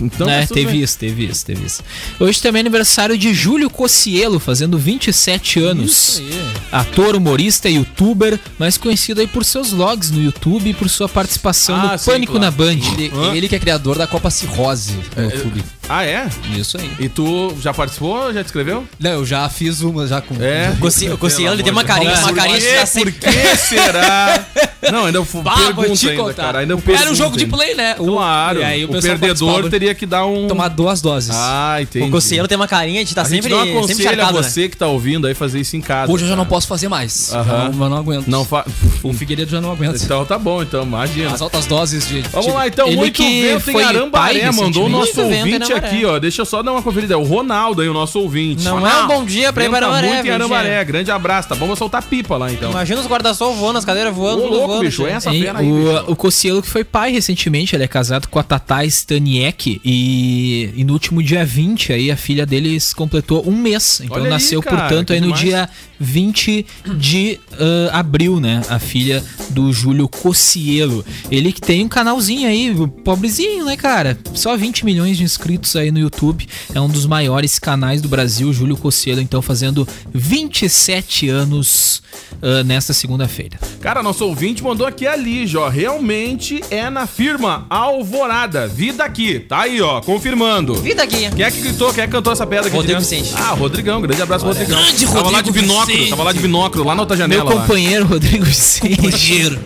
Speaker 5: Então,
Speaker 6: é,
Speaker 5: mas tudo
Speaker 6: teve
Speaker 5: bem.
Speaker 6: isso, teve isso, teve isso. Hoje também é aniversário de Júlio Cocielo, fazendo 27 anos. Ator, humorista, youtuber, mas conhecido aí por seus logs no YouTube e por sua participação
Speaker 5: Ah,
Speaker 6: no
Speaker 5: sim,
Speaker 6: Pânico
Speaker 5: claro.
Speaker 6: na Band.
Speaker 5: Ele- Hã? ele
Speaker 6: que é criador da Copa Cirrose no
Speaker 5: YouTube. Ah, é?
Speaker 6: Isso aí.
Speaker 5: E tu já participou? Já te escreveu?
Speaker 12: Não, eu já fiz uma já com.
Speaker 5: É.
Speaker 8: O Coci- o Cocielo, ele tem uma carinha, uma carinha de estar
Speaker 5: Por
Speaker 8: sempre-
Speaker 5: que será? Não, ainda foi
Speaker 12: Bah, vou te
Speaker 5: pergunta ainda,
Speaker 12: contar.
Speaker 5: cara. Ainda
Speaker 12: Era um jogo de
Speaker 5: pergunta
Speaker 12: play, né?
Speaker 5: ainda. Então, Claro.
Speaker 12: E aí o
Speaker 5: o,
Speaker 12: pessoal
Speaker 5: perdedor
Speaker 12: participava.
Speaker 5: teria que dar um...
Speaker 12: Tomar duas doses.
Speaker 5: Ah, entendi.
Speaker 8: O Cossielo tem uma carinha de estar
Speaker 5: a gente
Speaker 8: sempre,
Speaker 5: não
Speaker 8: sempre
Speaker 5: aconselha
Speaker 8: encharcado, né?
Speaker 5: você que tá ouvindo aí fazer isso em casa.
Speaker 12: Hoje eu já
Speaker 5: cara.
Speaker 12: não posso fazer mais. Eu
Speaker 5: Aham.
Speaker 12: não- Eu não aguento.
Speaker 5: Não fa...
Speaker 12: O Figueiredo já não aguenta.
Speaker 5: Então tá bom, então, imagina.
Speaker 12: As altas doses de.
Speaker 8: Tipo,
Speaker 5: Vamos lá, então.
Speaker 6: Ele
Speaker 5: muito
Speaker 6: que
Speaker 5: vento em
Speaker 6: foi pai
Speaker 5: Arambaré.
Speaker 6: recentemente.
Speaker 5: Mandou o nosso
Speaker 8: Muito vento né, em
Speaker 5: ouvinte
Speaker 8: Arambaré.
Speaker 5: aqui, ó. Deixa eu só dar uma conferida. É o Ronaldo aí, o nosso ouvinte.
Speaker 8: Não é um bom dia pra ir para
Speaker 5: Venta
Speaker 8: Arambaré,
Speaker 5: muito em
Speaker 8: bom dia.
Speaker 5: Arambaré. Grande abraço, tá bom? Vou soltar pipa lá, então.
Speaker 8: Imagina os guarda-sol voando, as cadeiras voando,
Speaker 5: Ô,
Speaker 8: tudo
Speaker 5: louco,
Speaker 8: voando.
Speaker 5: bicho. é?
Speaker 8: gente.
Speaker 5: Essa
Speaker 6: Hein,
Speaker 5: fera aí, bicho.
Speaker 6: o, o Cossielo que foi pai recentemente, ele é casado com a Tatá Staniek e, e no último dia 20 aí a filha deles completou um mês. Então
Speaker 5: Olha aí,
Speaker 6: nasceu,
Speaker 5: cara,
Speaker 6: portanto,
Speaker 5: que
Speaker 6: aí no
Speaker 5: demais.
Speaker 6: dia 20 de ah, abril, né? A filha do Júlio Cossielo. Ele que tem um canalzinho aí, pobrezinho, né, cara? Só 20 milhões de inscritos aí no YouTube. É um dos maiores canais do Brasil, Júlio Cossielo, então fazendo 27 anos ah, nesta segunda-feira.
Speaker 5: Cara, nosso ouvinte mandou aqui a Lígia, ó. Realmente é na firma Alvorada. Vida aqui. Tá aí, ó. Confirmando.
Speaker 8: Vida aqui.
Speaker 5: Quem é que gritou? Quem é que cantou essa pedra aqui?
Speaker 8: Rodrigo
Speaker 5: de dentro?
Speaker 8: Vicente.
Speaker 5: Ah, Rodrigão. Grande abraço, Rodrigão.
Speaker 11: Grande
Speaker 5: tava lá de
Speaker 11: Rodrigo
Speaker 5: binóculo.
Speaker 11: Vicente.
Speaker 5: Tava lá de binóculo, lá na outra
Speaker 6: Meu
Speaker 5: janela. lá.
Speaker 6: companheiro Rodrigo Vicente.
Speaker 11: Dinheiro.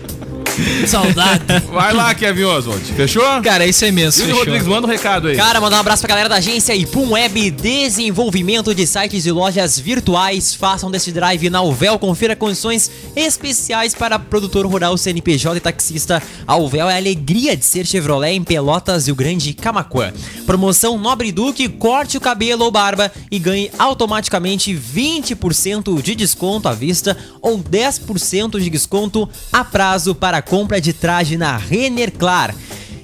Speaker 11: Saudade.
Speaker 5: Vai lá, Kevin Oswald. Fechou?
Speaker 6: Cara, isso é imenso.
Speaker 5: Júlio
Speaker 6: fechou.
Speaker 5: Rodrigues, manda um recado aí.
Speaker 8: Cara, mandar um abraço pra galera da agência Ipum Web, desenvolvimento de sites e lojas virtuais. Façam desse drive na Uvel, confira condições especiais para produtor rural, CNPJ e taxista. A Uvel é a alegria de ser Chevrolet em Pelotas e o Grande Camacuã. Promoção Nobre Duque, corte o cabelo ou barba e ganhe automaticamente 20% de desconto à vista ou 10% de desconto a prazo para a compra de traje na Rennerclar.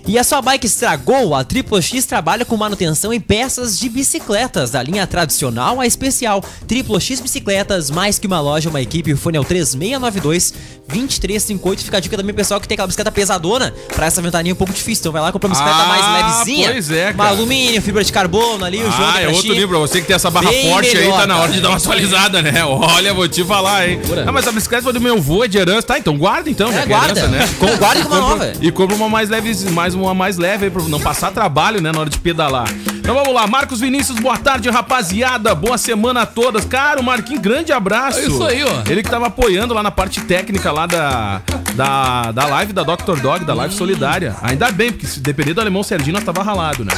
Speaker 8: E a sua bike estragou? A Triplo X trabalha com manutenção e peças de bicicletas, da linha tradicional à especial. Triplo X Bicicletas, mais que uma loja, uma equipe. O fone é o 3692-2358. Fica a dica também, pessoal, que tem aquela bicicleta pesadona. Pra essa ventaninha é um pouco difícil. Então vai lá comprar uma bicicleta
Speaker 5: Ah,
Speaker 8: mais levezinha.
Speaker 5: pois é, cara.
Speaker 8: Uma alumínio, fibra de carbono ali, o João
Speaker 5: Ah, é
Speaker 8: pra
Speaker 5: outro
Speaker 8: ti.
Speaker 5: livro. Você que tem essa barra
Speaker 8: Bem
Speaker 5: forte aí,
Speaker 8: melhor,
Speaker 5: tá na hora
Speaker 8: cara.
Speaker 5: de dar uma atualizada, né? Olha, vou te falar, hein? Ah, mas a bicicleta foi do meu avô, é de herança. Tá, então guarda então, já
Speaker 8: É,
Speaker 5: que
Speaker 8: guarda.
Speaker 5: herança, né?
Speaker 8: Com, guarda com uma
Speaker 5: Compra-
Speaker 8: nova.
Speaker 5: E compra uma mais leve, mais uma mais leve aí pra não passar trabalho, né, na hora de pedalar. Então vamos lá, Marcos Vinícius, boa tarde, rapaziada. Boa semana a todas. Cara, o Marquinhos, grande abraço.
Speaker 12: É isso aí, ó.
Speaker 5: Ele que tava apoiando lá na parte técnica lá da, da, da live da Dr. Dog, da live solidária. Ainda bem, porque se depender do alemão Serginho, nós tava ralado, né?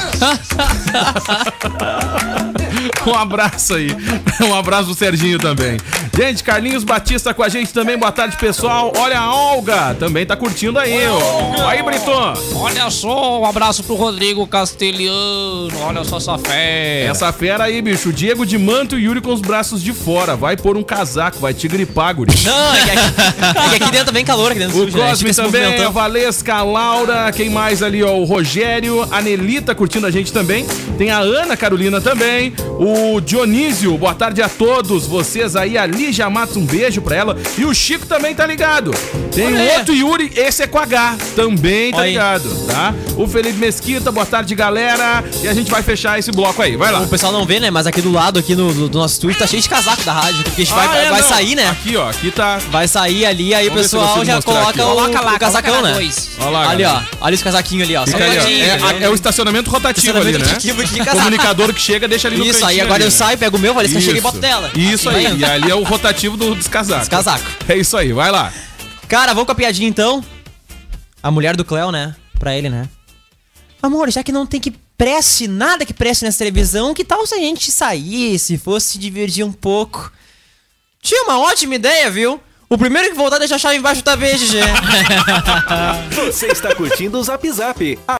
Speaker 5: Um abraço aí. Um abraço do Serginho também. Gente, Carlinhos Batista com a gente também. Boa tarde, pessoal. Olha a Olga, também tá curtindo aí, ó. Aí, Briton.
Speaker 11: Olha só, um abraço pro Rodrigo Castelhano. Olha só essa fé.
Speaker 5: Essa fera aí, bicho. O Diego de manto e Yuri com os braços de fora. Vai pôr um casaco, vai te gripar, guri.
Speaker 8: Não, é que aqui, é que aqui dentro tá bem calor, aqui dentro
Speaker 5: O
Speaker 8: sujo, né? A gente
Speaker 5: Cosme
Speaker 8: fica se
Speaker 5: também, a
Speaker 8: movimentando.
Speaker 5: Valesca, a Laura, quem mais ali, ó? O Rogério, a Nelita curtindo a gente também. Tem a Ana Carolina também. O Dionísio, boa tarde a todos vocês aí. A Lígia Matos, um beijo pra ela. E o Chico também tá ligado. Tem
Speaker 8: Olha aí.
Speaker 5: outro Yuri, esse é com H, também tá
Speaker 8: Olha aí.
Speaker 5: ligado, tá? O Felipe Mesquita, boa tarde, galera. E a gente vai fechar esse bloco aí, vai lá.
Speaker 8: O pessoal não vê, né? Mas aqui do lado, aqui no, do- do nosso estúdio, tá cheio de casaco da rádio. Porque a gente
Speaker 5: Ah,
Speaker 8: vai,
Speaker 5: é,
Speaker 8: vai
Speaker 5: não.
Speaker 8: sair, né?
Speaker 5: Aqui, ó, aqui tá.
Speaker 8: Vai sair ali, aí o
Speaker 5: Vamos ver se eu
Speaker 8: pessoal
Speaker 5: consigo
Speaker 8: já
Speaker 5: mostrar
Speaker 8: coloca
Speaker 5: aqui.
Speaker 8: o,
Speaker 11: Coloca lá,
Speaker 8: o casacão,
Speaker 11: coloca lá
Speaker 8: né?
Speaker 11: dois.
Speaker 5: Ó lá,
Speaker 8: ali,
Speaker 5: galera.
Speaker 8: ó. Olha os casaquinhos ali, ó. Só
Speaker 5: Fica ali, ó.
Speaker 8: olhadinho,
Speaker 5: É-
Speaker 8: entendeu?
Speaker 5: É, o estacionamento rotativo
Speaker 8: Estacionamento
Speaker 5: ali, né?
Speaker 8: rotativo de casaco.
Speaker 5: Comunicador que chega, deixa ali no
Speaker 8: Isso, aí
Speaker 5: cantinho
Speaker 8: agora
Speaker 5: ali,
Speaker 8: eu
Speaker 5: né?
Speaker 8: saio, pego o meu, Valesca,
Speaker 5: Isso.
Speaker 8: chega e boto dela.
Speaker 5: Isso
Speaker 8: Assim
Speaker 5: aí.
Speaker 8: vai.
Speaker 5: E ali é o rotativo do descasaco.
Speaker 8: Descasaco.
Speaker 5: É isso aí, vai lá.
Speaker 8: Cara, vamos com a piadinha então. A mulher do Cléo, né? Pra ele, né? Amor, já que não tem que preste, nada que preste nessa televisão, que tal se a gente saísse, fosse se divertir um pouco? Tinha uma ótima ideia, viu? O primeiro que voltar deixa a chave embaixo da vez, GG.
Speaker 4: Você está curtindo o Zap Zap.